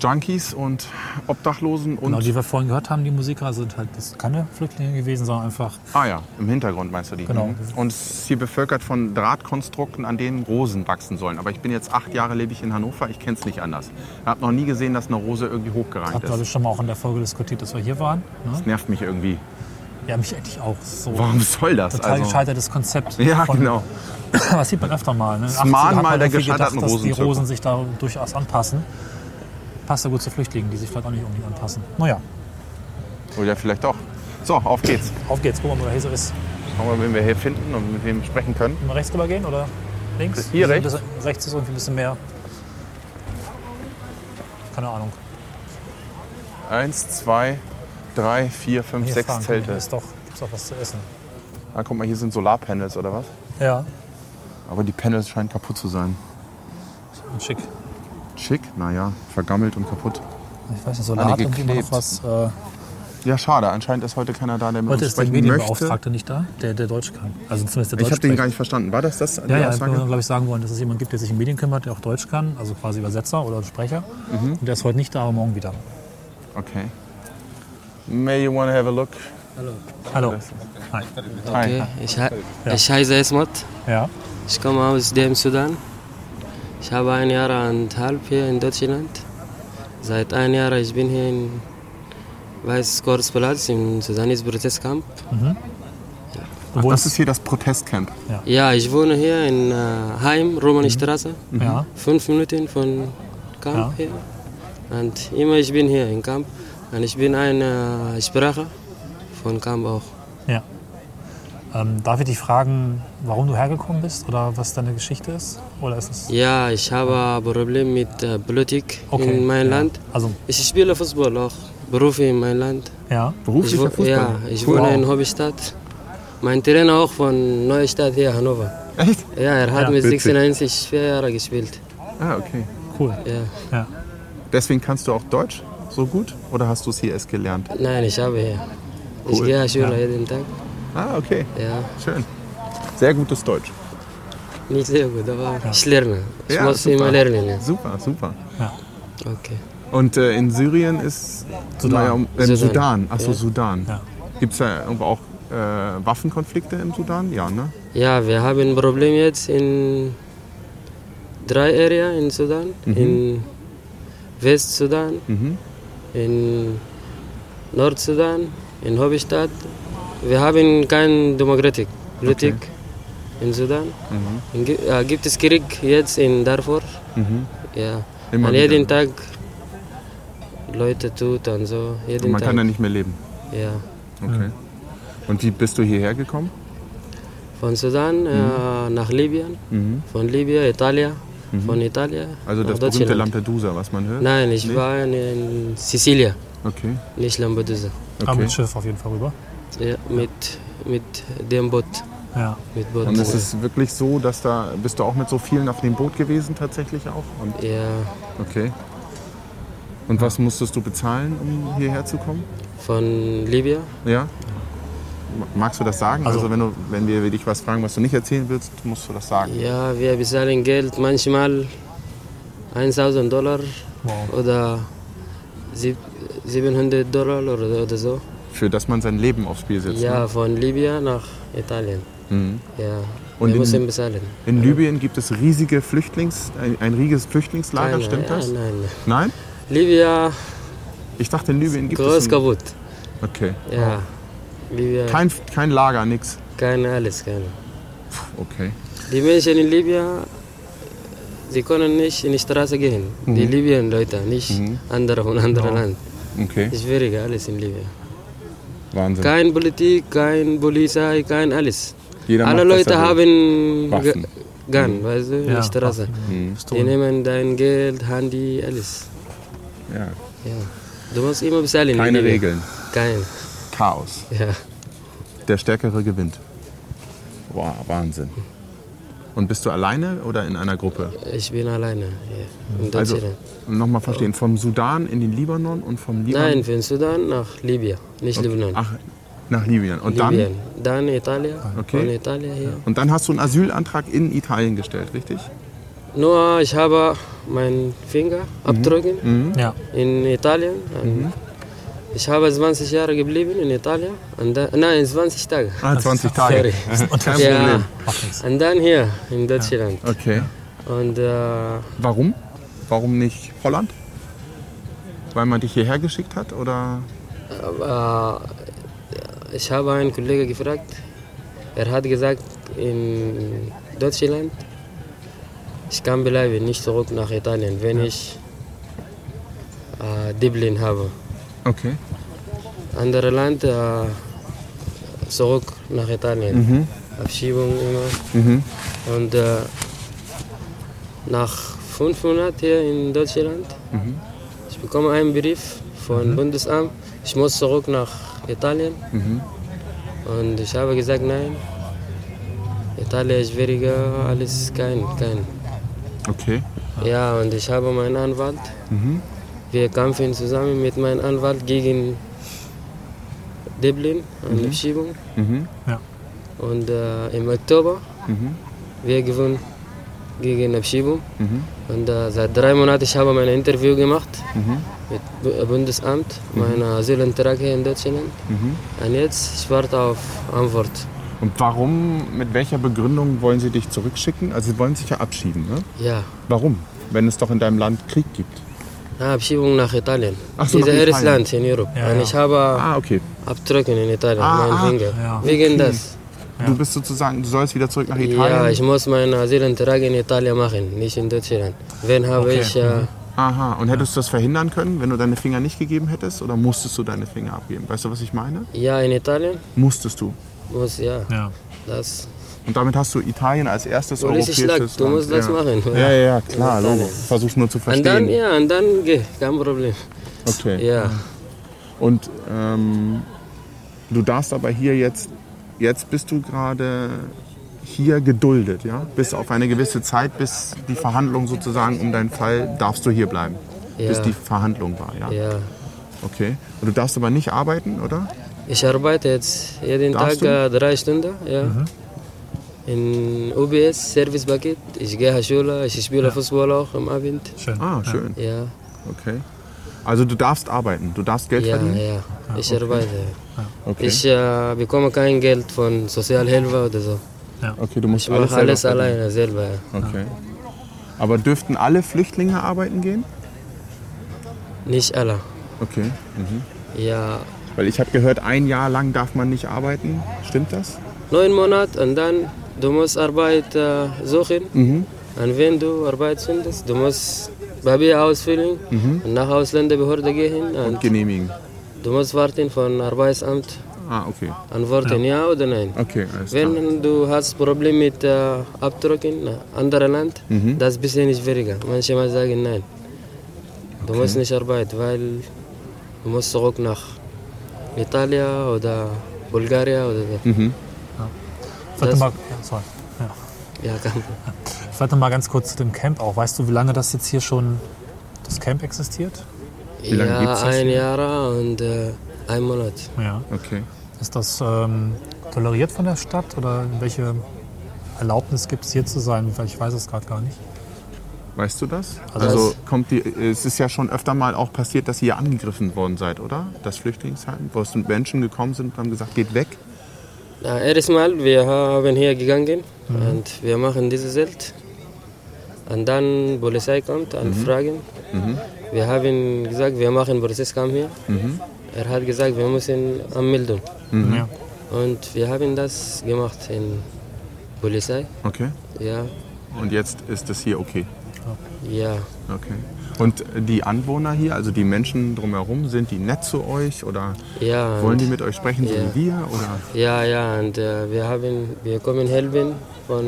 B: Junkies und Obdachlosen und.
C: Genau, die wir vorhin gehört haben, die Musiker sind halt das sind keine Flüchtlinge gewesen, sondern einfach
B: Ah ja, im Hintergrund meinst du die.
C: Genau.
B: Mhm. Und es ist hier bevölkert von Drahtkonstrukten, an denen Rosen wachsen sollen. Aber ich bin jetzt acht Jahre lebe ich in Hannover, ich kenne es nicht anders. Ich habe noch nie gesehen, dass eine Rose irgendwie hochgerankt
C: Hat, glaube
B: ist.
C: ich, schon mal auch in der Folge diskutiert, dass wir hier waren. Ne?
B: Nervt mich irgendwie.
C: Ja, mich eigentlich auch. So
B: Warum soll das?
C: total gescheitertes Konzept.
B: also ja,
C: von-
B: genau.
C: Das sieht man öfter mal. Ne?
B: Mahnmal
C: Ach, so hat man
B: der
C: irgendwie
B: gescheiterten
C: gedacht, dass die
B: Rosenzirkus.
C: Rosen sich da durchaus anpassen. Passt ja gut zu Flüchtlingen, die sich vielleicht auch nicht unbedingt anpassen. Naja,
B: Oder vielleicht doch. So, auf geht's.
C: auf geht's. Gucken wir mal, wo der Hese ist.
B: Schauen wir, wen wir hier finden und mit wem wir sprechen können.
C: Mal rechts rüber gehen oder links?
B: Hier
C: Wir sind
B: rechts?
C: ein bisschen- Rechts ist irgendwie ein bisschen mehr. Keine Ahnung.
B: Eins, zwei, drei, vier, fünf,
C: Hier
B: sechs
C: fragen.
B: Zelte.
C: Ist doch, gibt's doch was zu essen.
B: Ah, guck mal, hier sind Solarpanels oder was?
C: Ja,
B: Aber die Panels scheinen kaputt zu sein.
C: und schick.
B: Schick? Naja, vergammelt und kaputt.
C: Ich weiß nicht, Salat irgendwie immer noch
B: geklebt.
C: was. Äh,
B: Ja, schade. Anscheinend ist heute keiner da, der mit
C: Heute
B: uns
C: ist der
B: sprechen möchte.
C: Medienbeauftragte nicht da, der, der Deutsch kann. Also zumindest der
B: Ich
C: Deutsch
B: habe den
C: spricht.
B: gar nicht verstanden. War das das, die
C: ja, ja, ich
B: Aussage?
D: genau.
C: würde, glaube ich, sagen wollen, dass es jemanden gibt, der sich um Medien kümmert, der auch Deutsch kann, also quasi Übersetzer oder Sprecher.
B: Mhm.
C: Und der ist heute nicht da, aber morgen wieder.
B: Okay. May you wanna have a look?
C: Hallo. Hi.
B: Hi.
D: Okay, ich, hei- ich heiße Esmat.
C: Ja,
D: Ich komme aus dem Sudan. Ich habe ein Jahr und halb hier in Deutschland. Seit ein Jahr ich bin hier in Weißkorsplatz im Sudanis Protestkampf.
C: du
B: Das
C: wohnst.
B: ist hier das Protestcamp.
D: Ja, ich wohne hier in äh, Heim, Romanstraße.
B: Mhm.
C: ja,
D: Fünf Minuten von Kampf hier. Und immer ich bin hier im Kampf. Und ich bin ein äh, Sprache von Kampf auch.
C: ja. Ähm, darf ich dich fragen, warum du hergekommen bist oder was deine Geschichte ist? Oder ist es.
D: Ja, ich habe Probleme mit äh, Politik in meinem
C: ja.
D: Land.
C: Also,
D: Ich spiele Fußball auch, Beruf in meinem Land.
C: ja.
D: Ich, wo-
B: Beruflicher Fußball.
D: ja, ich wohne in Hobbystadt. Mein Trainer auch von Neustadt hier, Hannover.
B: Echt?
D: Ja, er hat
C: Ja.
D: mit
B: Witzig.
D: 96 vier Jahre gespielt.
B: Ah, okay.
C: Cool.
D: Ja.
C: Ja.
B: Deswegen kannst du auch Deutsch so gut? Oder hast du es hier erst gelernt?
D: Nein, ich habe hier. Ich
B: Cool.
D: gehe Schule jeden Tag.
B: Ah, okay.
D: Ja,
B: Schön. Sehr gutes Deutsch.
D: nicht sehr gut, aber ich lerne. Ich
B: Ja,
D: muss
B: super.
D: immer lernen. Ja.
B: Super, super.
D: Okay.
B: Und äh, in Syrien ist.
C: Sudan.
B: Naja, um- Im
D: Sudan.
B: Sudan. Achso,
D: Ja.
B: Sudan.
C: Ja.
B: Gibt es da irgendwo auch äh, Waffenkonflikte im Sudan? Ja, ne?
D: Ja, wir haben ein Problem jetzt in drei Area in Sudan, in Westsudan,
B: Mhm.
D: in Nordsudan, in Hobbystadt. Wir haben keine Demokratik, Politik in Sudan. Und gi- äh, gibt es Krieg jetzt in Darfur?
B: Mhm.
D: Ja.
B: Immer
D: An
B: wieder.
D: jeden Tag Leute tut und so. Jeden
B: Man
D: Tag.
B: kann da nicht mehr leben.
D: ja.
B: Okay. Und wie bist du hierher gekommen?
D: Von Sudan äh, nach Libyen,
B: Mhm.
D: von Libyen Italien, von Italien
B: Also
D: nach
B: das berühmte
D: Deutschland.
B: Lampedusa, was man hört?
D: Nein, ich
B: Nee?
D: war in Sizilien,
B: Okay.
D: nicht Lampedusa.
C: Aber
B: okay.
C: mit Schiff auf jeden Fall rüber.
D: Ja, mit, mit dem Boot.
C: Ja.
D: Mit Boot.
B: Und es ist wirklich so, dass da bist du auch mit so vielen auf dem Boot gewesen tatsächlich auch? Und,
D: ja,
B: okay. Und was musstest du bezahlen, um hierher zu kommen?
D: von Libyen.
B: Ja? Magst du das sagen? Also,
C: Also-
B: wenn, du, wenn wir dich was fragen, was du nicht erzählen willst, musst du das sagen.
D: Ja, wir bezahlen Geld manchmal 1000 Dollar
C: Wow.
D: oder sieb- 700 Dollar oder, oder so.
B: Für das man sein Leben aufs Spiel setzt.
D: Ja,
B: Ne?
D: von Libyen nach Italien.
B: Mhm.
D: Ja,
B: Und
D: wir
B: in-
D: müssen bezahlen.
B: In Libyen gibt es riesige Flüchtlings, ein, ein riesiges Flüchtlingslager,
D: Nein,
B: stimmt
D: ja,
B: das?
D: Nein, nein.
B: Nein?
D: Libyen,
B: Ich dachte, in Libyen gibt
D: groß
B: es. Ein,
D: kaputt.
B: okay.
D: Ja, Libyen,
B: Kein, kein Lager, nix.
D: keine, alles, keine.
B: Okay.
D: Die Menschen in Libyen, sie können nicht in die Straße gehen. Die
B: Mhm.
D: Libyen-Leute, nicht andere von anderen Land.
B: Okay.
D: Ist schwieriger alles in Libyen.
B: Wahnsinn.
D: Kein Politik, kein Polizei, kein alles.
B: Jeder
D: Alle
B: macht, was
D: Leute
B: er will.
D: haben
B: Waffen. Mhm.
D: Ge- Gun, weißt du, in
C: Ja,
D: die Straße. Die
C: Pistolen.
D: nehmen dein Geld, Handy, alles.
B: Ja.
D: Ja. Du musst immer bezahlen. in
B: Keine
D: Libyen.
B: Regeln.
D: Kein,
B: Chaos.
D: ja.
B: Der Stärkere gewinnt. Wow, Wahnsinn. Und bist du alleine oder in einer Gruppe?
D: Ich bin alleine. Ja. In
B: Also,
D: Deutschland.
B: nochmal verstehen, vom Sudan in den Libanon und vom Libanon...
D: Nein, von Sudan nach Libyen, nicht Libanon.
B: Ach, nach Libyen. Und dann,
D: Libyen. Dann Italien,
B: Okay.
D: von Italien hier.
B: und dann hast du einen Asylantrag in Italien gestellt, richtig?
D: Nur ich habe meinen Finger
B: Mhm.
D: abdrücken
B: Hm?
C: Ja.
D: in Italien. Ich habe 20 Jahre geblieben in Italien. Und da, nein, 20 Tage.
B: Ah, 20 Tage. Kein
D: Ja.
B: Problem.
C: Macht nichts.
D: Und dann hier in Deutschland.
B: Okay.
D: Und äh,
B: Warum? Warum nicht Holland? Weil man dich hierher geschickt hat oder?
D: Aber ich habe einen Kollegen gefragt. Er hat gesagt, in Deutschland, ich kann bleiben, nicht zurück nach Italien, wenn ich äh, Dublin habe.
B: Okay.
D: Andere Land äh, zurück nach Italien.
B: Mhm.
D: Abschiebung immer.
B: Mhm.
D: Und äh, nach fünf Monaten hier in Deutschland,
B: Mhm.
D: ich bekomme einen Brief vom Bundesamt, ich muss zurück nach Italien.
B: Mhm.
D: Und ich habe gesagt, nein, Italien ist schwieriger, alles kein, kein.
B: Okay.
D: Ja, und ich habe meinen Anwalt.
B: Mhm.
D: Wir kämpfen zusammen mit meinem Anwalt gegen Dublin, eine
B: Mhm.
D: Abschiebung.
B: Mhm.
D: Und äh, im Oktober,
B: Mhm.
D: wir gewinnen gegen Abschiebung.
B: Mhm.
D: Und äh, seit drei Monaten ich habe mein Interview gemacht
B: Mhm.
D: mit Bu- äh, Bundesamt, meinen Asylantrag hier in Deutschland.
B: Mhm.
D: Und jetzt, ich warte auf Antwort.
B: Und warum, mit welcher Begründung wollen sie dich zurückschicken? Also sie wollen sich ja abschieben, ne?
D: Ja,
B: Warum? Wenn es doch in deinem Land Krieg gibt.
D: Na, Abschiebung nach Italien.
B: Ach so,
D: Dieser
B: nach
D: erstes
B: Italien.
D: Land in Europa.
C: Ja,
D: und
C: ja.
D: ich habe
B: Ah, okay.
D: Abdrücken in Italien,
B: Ah,
D: meinen
B: ah,
D: Finger.
C: ja.
D: Wegen
B: Okay.
D: das.
C: Ja.
B: Du bist sozusagen, du sollst wieder zurück nach
D: Ja,
B: Italien.
D: ich muss meinen Asylantrag in Italien machen, nicht in Deutschland. Wenn habe
C: Okay,
D: ich
B: Mhm.
D: äh,
B: Aha. Und hättest du das verhindern können, wenn du deine Finger nicht gegeben hättest? Oder musstest du deine Finger abgeben? Weißt du, was ich meine?
D: ja in Italien,
B: Musstest du.
D: muss ja,
C: Ja.
D: das.
B: Und damit hast du Italien als erstes
D: Du bist
B: europäisches
D: stark, du musst
B: Land.
D: das machen.
B: Ja, ja, ja, klar,
D: Italien.
B: Logo. Versuch's nur zu
D: Und
B: verstehen.
D: dann, ja, und dann geh, kein Problem.
B: Okay.
D: Ja,
B: Und ähm, du darfst aber hier jetzt, jetzt bist du gerade hier geduldet, ja? Bis auf eine gewisse Zeit, bis die Verhandlung sozusagen um deinen Fall, darfst du hier bleiben.
D: Ja.
B: Bis die Verhandlung war, ja?
D: ja.
B: Okay. Und du darfst aber nicht arbeiten, oder?
D: Ich arbeite jetzt jeden
B: Darfst Mhm.
D: Tag äh, drei Stunden, ja. In UBS, Servicepaket. Ich gehe Schule, ich spiele Fußball auch am Abend.
C: Schön.
B: Ah, schön.
D: Ja,
B: Okay. Also du darfst arbeiten, du darfst Geld
D: ja,
B: verdienen? Ah,
D: ja. Ich arbeite.
B: Okay.
D: Ich äh, bekomme kein Geld von Sozialhilfe oder so.
B: okay, du musst
D: Ich mache
B: selber
D: alles
B: verdienen.
D: alleine selber. ja.
B: Okay. Aber dürften alle Flüchtlinge arbeiten gehen?
D: Nicht alle.
B: Okay. Mhm.
D: Ja,
B: Weil ich habe gehört, ein Jahr lang darf man nicht arbeiten. Stimmt das?
D: neun Monate und dann du musst Arbeit äh, suchen.
B: Mhm.
D: Und wenn du Arbeit findest, du musst Papier ausfüllen
B: Mhm.
D: und nach Ausländerbehörde gehen. Und
B: Genehmigen.
D: du musst warten von Arbeitsamt
B: Ah, okay.
D: antworten ja, oder nein.
B: Okay, alles klar.
D: Wenn du hast Problem mit äh, Abdrucken in anderer Land,
B: Mhm.
D: das ist ein bisschen schwieriger. Manche mal sagen nein. Du musst nicht arbeiten, weil du musst zurück nach Italien oder Bulgarien oder so.
B: Mhm.
C: Vielleicht
D: Das-
C: mal, ja, sorry. Ja.
D: Ja, kann.
C: Vielleicht noch mal ganz kurz zu dem Camp auch. Weißt du, wie lange das jetzt hier schon, das Camp existiert?
B: Wie lange
D: ja,
B: gibt's das?
D: ein Jahr und äh, ein Monat.
C: Ja.
B: Okay.
C: Ist das ähm, toleriert von der Stadt oder welche Erlaubnis gibt es hier zu sein? Weil Ich weiß es gerade gar nicht.
B: Weißt du das?
C: Also-
B: Also kommt die, es ist ja schon öfter mal auch passiert, dass ihr angegriffen worden seid, oder? Das Flüchtlingsheim, wo es Menschen gekommen sind und haben gesagt, geht weg.
D: Ja, erstmal, wir haben hier gegangen
B: Mhm.
D: und wir machen dieses Zelt. Und dann Polizei kommt
B: Mhm.
D: und fragen. Wir haben gesagt, wir machen Prozesskampf hier.
B: Mhm.
D: Er hat gesagt, wir müssen Anmeldung.
C: Ja.
D: Und wir haben das gemacht in Polizei.
B: Okay.
D: Ja,
B: Und jetzt ist es hier okay.
D: ja.
B: Okay. Und die Anwohner hier, also die Menschen drumherum, sind die nett zu euch oder
D: Ja,
B: wollen die
D: und,
B: mit euch sprechen, so
D: Ja.
B: wie wir? Oder?
D: ja, ja, und äh, wir haben, wir kommen helfen von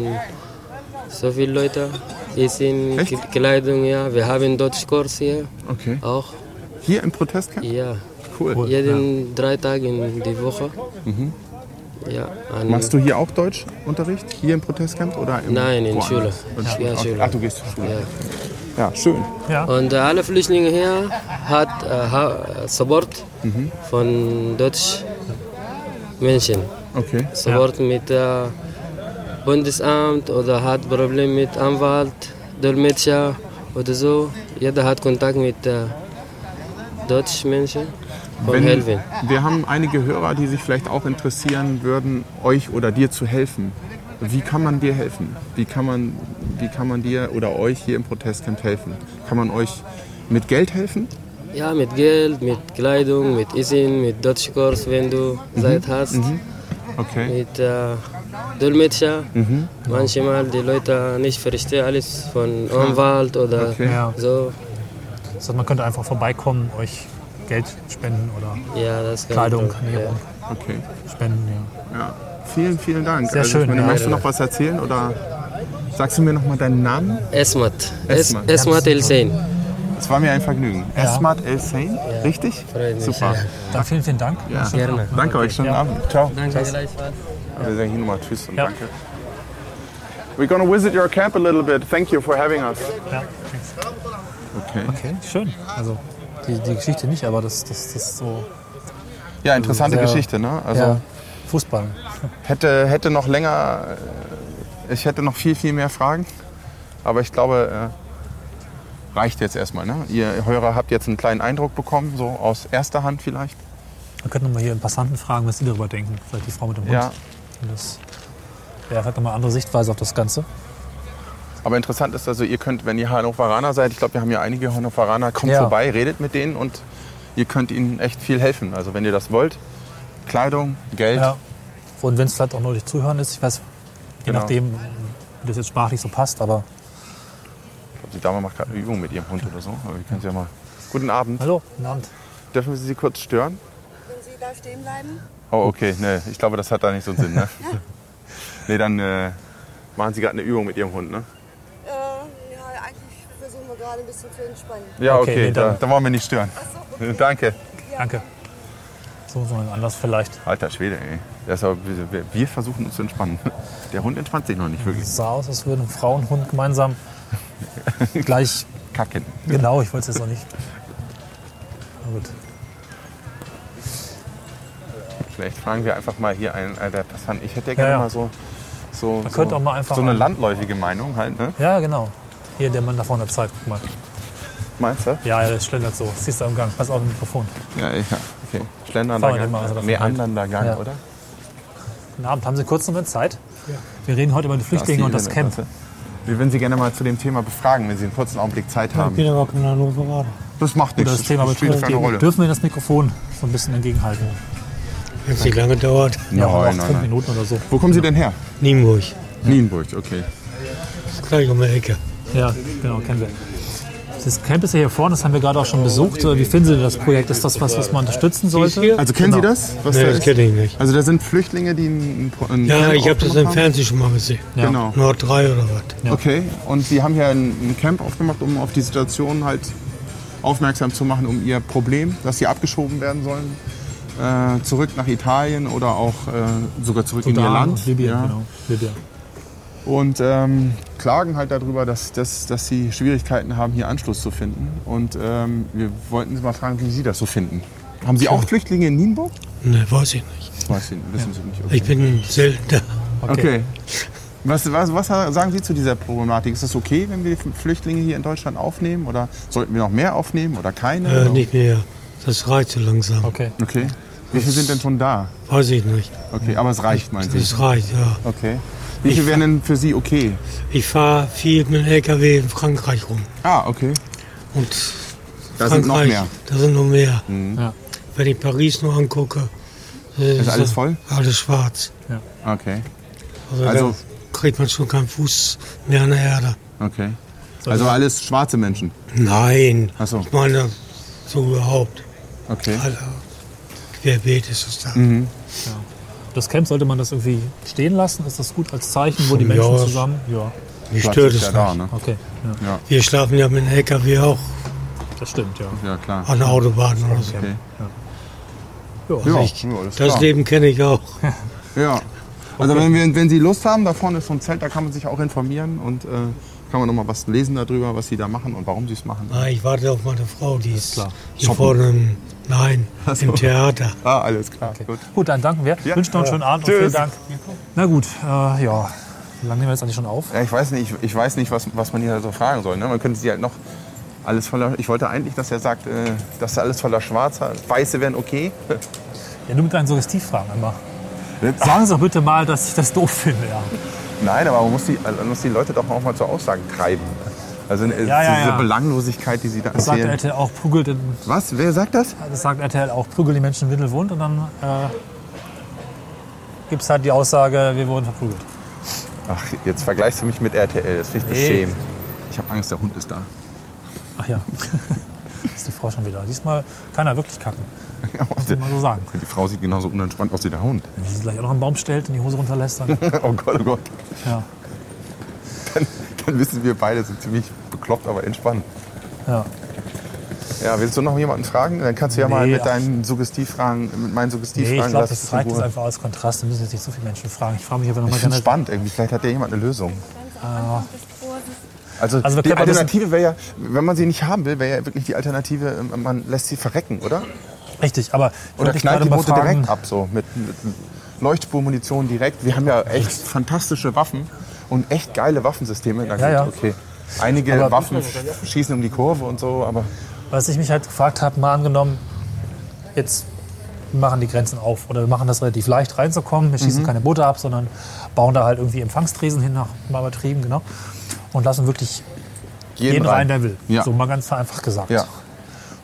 D: so vielen Leuten. Essen,
B: Echt?
D: K- Kleidung, ja. Wir haben Deutschkurs hier
B: Okay.
D: auch,
B: Hier im Protestcamp?
D: ja.
B: Cool.
D: Jeden drei Tage in die Woche. Ja, an-
B: Mhm. Machst du hier auch Deutschunterricht? Hier im Protestcamp oder im
D: Nein, in
B: woanders?
D: Schule.
B: In
D: Ja,
B: Schule.
D: Schule.
B: Okay. Ach, du gehst zur
D: ja.
B: Schule. Ja, schön.
C: ja.
D: Und äh, alle Flüchtlinge hier hat äh, ha Support
B: Mhm.
D: von deutschen Menschen.
B: Okay.
D: Support mit äh, Bundesamt oder hat Probleme mit Anwalt, Dolmetscher oder so. Jeder hat Kontakt mit äh, deutschen Menschen von
B: Wenn-
D: Helven.
B: Wir haben einige Hörer, die sich vielleicht auch interessieren würden, euch oder dir zu helfen. Wie kann man dir helfen? Wie kann man, wie kann man dir oder euch hier im Protestcamp helfen? Kann man euch mit Geld helfen?
D: Ja, mit Geld, mit Kleidung, mit Essen, mit Deutschkurs, wenn du
B: Mhm.
D: Zeit hast,
B: Okay.
D: mit äh, Dolmetscher.
B: Mhm.
D: Manchmal die Leute nicht verstehen alles von Anwalt oder
B: Okay.
C: Ja.
D: so.
C: Das heißt, man könnte einfach vorbeikommen, euch Geld spenden oder
D: Ja, das kann
C: Kleidung,
D: doch, ja.
C: Ernährung
B: Okay.
C: spenden. Ja.
B: Ja. Vielen, vielen Dank. Also,
C: Sehr
B: ich
C: schön,
B: meine,
C: ja.
B: Möchtest du noch was erzählen oder sagst du mir noch mal deinen Namen?
D: Esmat. Es-
B: Esmat.
D: Esmat El Sein.
B: Es war mir ein Vergnügen.
C: Ja.
B: Esmat El Sein, richtig?
D: freut mich,
B: Super.
D: ja.
C: Dann vielen, vielen Dank.
B: Ja.
D: Gerne.
B: Danke euch, schönen
C: Ja.
B: Abend. Ciao.
D: Danke gleichfalls.
B: Wir sagen hier nochmal Tschüss und
C: Ja.
B: Danke. We're gonna visit your camp a little bit. Thank you for having us.
C: Ja, thanks.
B: Okay.
C: Okay, schön. Also die, die Geschichte nicht, aber das, das, das so.
B: Ja, interessante
C: Sehr-
B: Geschichte, ne? Also
C: ja, Fußball.
B: hätte, hätte noch länger, äh, ich hätte noch viel, viel mehr Fragen. Aber ich glaube, äh, reicht jetzt erstmal, ne? Ihr Hörer habt jetzt einen kleinen Eindruck bekommen, so aus erster Hand vielleicht.
C: Wir könnten mal hier einen Passanten fragen, was die darüber denken. Vielleicht die Frau mit dem Hund.
B: Ja.
C: Das wäre vielleicht nochmal eine andere Sichtweise auf das Ganze.
B: Aber interessant ist also, ihr könnt, wenn ihr Hannoveraner seid, ich glaube, wir haben ja einige Hannoveraner, kommt
C: Ja.
B: vorbei, redet mit denen und ihr könnt ihnen echt viel helfen. Also wenn ihr das wollt, Kleidung, Geld,
C: Ja. Und wenn es vielleicht auch nur durch Zuhören ist, ich weiß, je
B: Genau.
C: nachdem, wie das jetzt sprachlich so passt, aber
B: Die Dame macht gerade eine Übung mit ihrem Hund oder so, aber wir können sie ja mal. Guten Abend.
C: hallo, guten Abend.
B: Dürfen wir Sie kurz stören?
A: Können Sie da stehen bleiben?
B: Oh, okay, ne, ich glaube, das hat da nicht so einen Sinn, ne? nee, dann äh, machen Sie gerade eine Übung mit Ihrem Hund, ne?
A: Äh, ja, eigentlich versuchen wir gerade ein bisschen zu entspannen.
B: Ja, okay,
C: Okay, nee,
B: da,
C: dann-
B: da wollen wir nicht stören. Danke.
C: Danke. So, so anders vielleicht.
B: Alter Schwede, ey. Das ist aber, wir, wir versuchen uns zu entspannen. Der Hund entspannt sich noch nicht wirklich.
C: Es sah aus, als würden Frau und Hund gemeinsam gleich.
B: Kacken.
C: Genau, ich wollte es jetzt noch nicht. Na gut.
B: Vielleicht fragen wir einfach mal hier einen äh, der Passant. Ich hätte ja gerne
C: ja.
B: mal so, so, so,
C: könnte auch mal einfach
B: so eine
C: mal-
B: landläufige Meinung halt, ne?
C: Ja, genau. Hier, der Mann da vorne zeigt. Guck mal.
B: Meinst du?
C: Ja, der schlendert so. Das Siehst du am Gang. Pass auf, Mikrofon.
B: Ja, ja. Okay.
C: Fahren wir
B: Schlendernder
C: den mal, also
B: Gang.
C: das
B: Meandernder Gang,
C: Ja.
B: oder?
C: Guten Abend. Haben Sie kurz einen Moment Zeit? Wir reden heute über die Flüchtlinge und das Camp.
B: Wir würden Sie gerne mal zu dem Thema befragen, wenn Sie einen kurzen Augenblick Zeit
E: Ich
B: haben.
E: bin aber kein Hannoveraner.
B: Das macht nichts.
C: Das Thema
B: spielt also- keine Rolle.
C: Dürfen wir das Mikrofon so ein bisschen entgegenhalten?
E: Wenn es nicht lange dauert,
C: ja,
B: Nein,
C: noch
B: nein,
C: fünf
B: nein.
C: Minuten oder so.
B: Wo kommen Sie denn her?
E: Nienburg.
B: Nienburg, okay.
E: Das ist gleich um die Ecke.
C: Ja, genau, kennen wir. Das Camp ist ja hier vorne, das haben wir gerade auch schon besucht. Äh, Wie finden Sie das Projekt? Ist das was, was man unterstützen sollte?
B: Also kennen
C: Genau.
B: Sie das? Was
E: Nee,
B: da
E: das
B: ist?
E: kenne ich nicht.
B: Also da sind Flüchtlinge, die ein, ein
E: Ja,
B: Camp
E: ich habe das im
B: aufgemacht haben?
E: Fernsehen schon mal gesehen.
C: Ja.
B: Genau.
E: Nord 3 oder was.
C: Ja.
B: Okay, und Sie haben hier ein, ein Camp aufgemacht, um auf die Situation halt aufmerksam zu machen, um Ihr Problem, dass Sie abgeschoben werden sollen, äh, zurück nach Italien oder auch äh, sogar zurück in Ihr
C: Sudan
B: Land.
C: und Libyen,
B: ja.
C: genau. Libyen.
B: Und ähm, klagen halt darüber, dass, dass, dass Sie Schwierigkeiten haben, hier Anschluss zu finden. Und ähm, wir wollten Sie mal fragen, wie Sie das so finden. Haben Sie auch Flüchtlinge in Nienburg?
E: Ne, weiß ich nicht.
B: Weiß ich, nicht, wissen Sie nicht.
E: Ich
B: Okay.
E: bin selten da. Äh,
B: okay. Was, was, was sagen Sie zu dieser Problematik? Ist es okay, wenn wir Flüchtlinge hier in Deutschland aufnehmen? Oder sollten wir noch mehr aufnehmen oder keine?
E: Äh,
B: Oder-
E: nicht mehr. Das reicht so langsam.
C: Okay.
B: Genau. Okay. Wie viele sind denn schon da?
E: Weiß ich nicht.
B: Okay, aber es reicht, meinen Sie?
E: Das reicht, ja.
B: Okay. Wie viele wären denn für Sie okay?
E: Ich fahre viel mit dem LKW in Frankreich rum.
B: Ah, okay.
E: Und
B: Da sind noch
E: Frankreich,
B: mehr. Hm.
E: da sind noch mehr.
B: Mhm.
C: Ja.
E: Wenn ich Paris nur angucke, äh,
B: Ist alles voll?
E: Alles schwarz.
B: Okay.
E: Also,
B: Also-
E: da kriegt man schon keinen Fuß mehr an der Erde.
B: Okay. Also alles schwarze Menschen.
E: Nein.
B: Ach so.
E: Ich meine, so überhaupt.
B: Okay.
E: Also, querbeet ist es da.
B: Mhm.
C: Das Camp sollte man das irgendwie stehen lassen? Ist das gut als Zeichen, wo die Menschen
E: Ja.
C: zusammen? Ja,
E: Mich
B: Platz
E: stört
B: ist
E: es
B: ja
E: nicht.
B: da, ne?
C: okay. Ja,
E: Wir schlafen ja mit dem LKW auch
C: das stimmt, ja.
B: Ja, klar.
E: an der Autobahn oder so.
B: Okay.
C: Ja.
B: Ja,
E: Ich-
B: ja, alles
E: Das
B: klar.
E: Leben kenne ich auch.
B: Ja. Also wenn, wir, wenn Sie Lust haben, da vorne ist so ein Zelt, da kann man sich auch informieren und äh, kann man nochmal was lesen darüber, was Sie da machen und warum Sie es machen.
E: Nein, Ah, ich warte auf meine Frau, die ist
C: klar.
E: hier vorne im, nein, im Theater.
B: Ah, alles klar. Gut.
C: Gut, dann danken wir. Wünschen noch einen schönen Abend und vielen Dank. Na gut, äh, ja. Wie lange nehmen wir jetzt eigentlich schon auf?
B: Ja, ich weiß nicht, ich, ich weiß nicht was, was man hier so fragen soll. Ne? Man könnte sie halt noch alles voller. Ich wollte eigentlich, dass er sagt, äh, dass er alles voller Schwarz hat. Weiße wären okay.
C: Ja, nur mit deinen Suggestivfragen immer. Sagen Sie doch bitte mal, dass ich das doof finde. Ja.
B: Nein, aber man muss die, also man muss die Leute doch auch mal zur Aussage treiben. Also äh,
C: Ja, ja,
B: diese
C: ja.
B: Belanglosigkeit, die sie da
C: Das sagt
B: erzählen.
C: RTL auch, prügelt, in-
B: Was? Wer sagt das?
C: das sagt RTL auch, prügelt die Menschen windelwund und dann äh, gibt es halt die Aussage, wir wurden verprügelt.
B: Ach, jetzt vergleichst du mich mit RTL. Das finde ich
C: Nee.
B: beschämend. Ich habe Angst, der Hund ist da.
C: Ach ja, ist die Frau schon wieder. Diesmal kann er wirklich kacken, muss ich mal so sagen.
B: Die Frau sieht genauso unentspannt aus wie der Hund.
C: Wenn sie sich gleich auch noch einen Baum stellt und die Hose runterlässt, dann,
B: oh Gott, oh Gott.
C: ja.
B: Dann, dann wissen wir beide, sind ziemlich bekloppt, aber entspannt.
C: ja.
B: Ja, willst du noch jemanden fragen? Dann kannst du ja mal
C: Nee,
B: mit
C: ach.
B: deinen Suggestivfragen, mit meinen Suggestivfragen
C: Nee, ich glaube,
B: lass
C: das
B: es in
C: reicht jetzt
B: Ruhe.
C: einfach als Kontrast. Wir müssen jetzt nicht so viele Menschen fragen. Ich frage mich aber
B: Ich
C: nochmal
B: finde
C: gerne.
B: es spannend irgendwie. Vielleicht hat ja jemand eine Lösung. Also,
C: Also wir
B: die
C: können mal ein bisschen-
B: Alternative wäre ja, wenn man sie nicht haben will, wäre ja wirklich die Alternative, ähm, man lässt sie verrecken, oder?
C: Richtig, aber ich
B: Oder
C: wollte dich
B: knallt
C: gerade
B: die
C: mal
B: Boote
C: fragen,
B: direkt ab, so mit, mit Leuchtspurmunition direkt. Wir haben ja echt fantastische Waffen und echt geile Waffensysteme. Na
C: Ja, ja.
B: okay. Einige
C: Aber-
B: Waffen schießen um die Kurve und so, aber
C: was ich mich halt gefragt habe, mal angenommen, jetzt machen die Grenzen auf oder wir machen das relativ leicht reinzukommen. Wir
B: Mhm.
C: schießen keine Boote ab, sondern bauen da halt irgendwie Empfangstresen hin, nach mal übertrieben, genau. Und lassen wirklich
B: jeden,
C: jeden rein, der will.
B: Ja.
C: So mal ganz vereinfacht gesagt.
B: ja.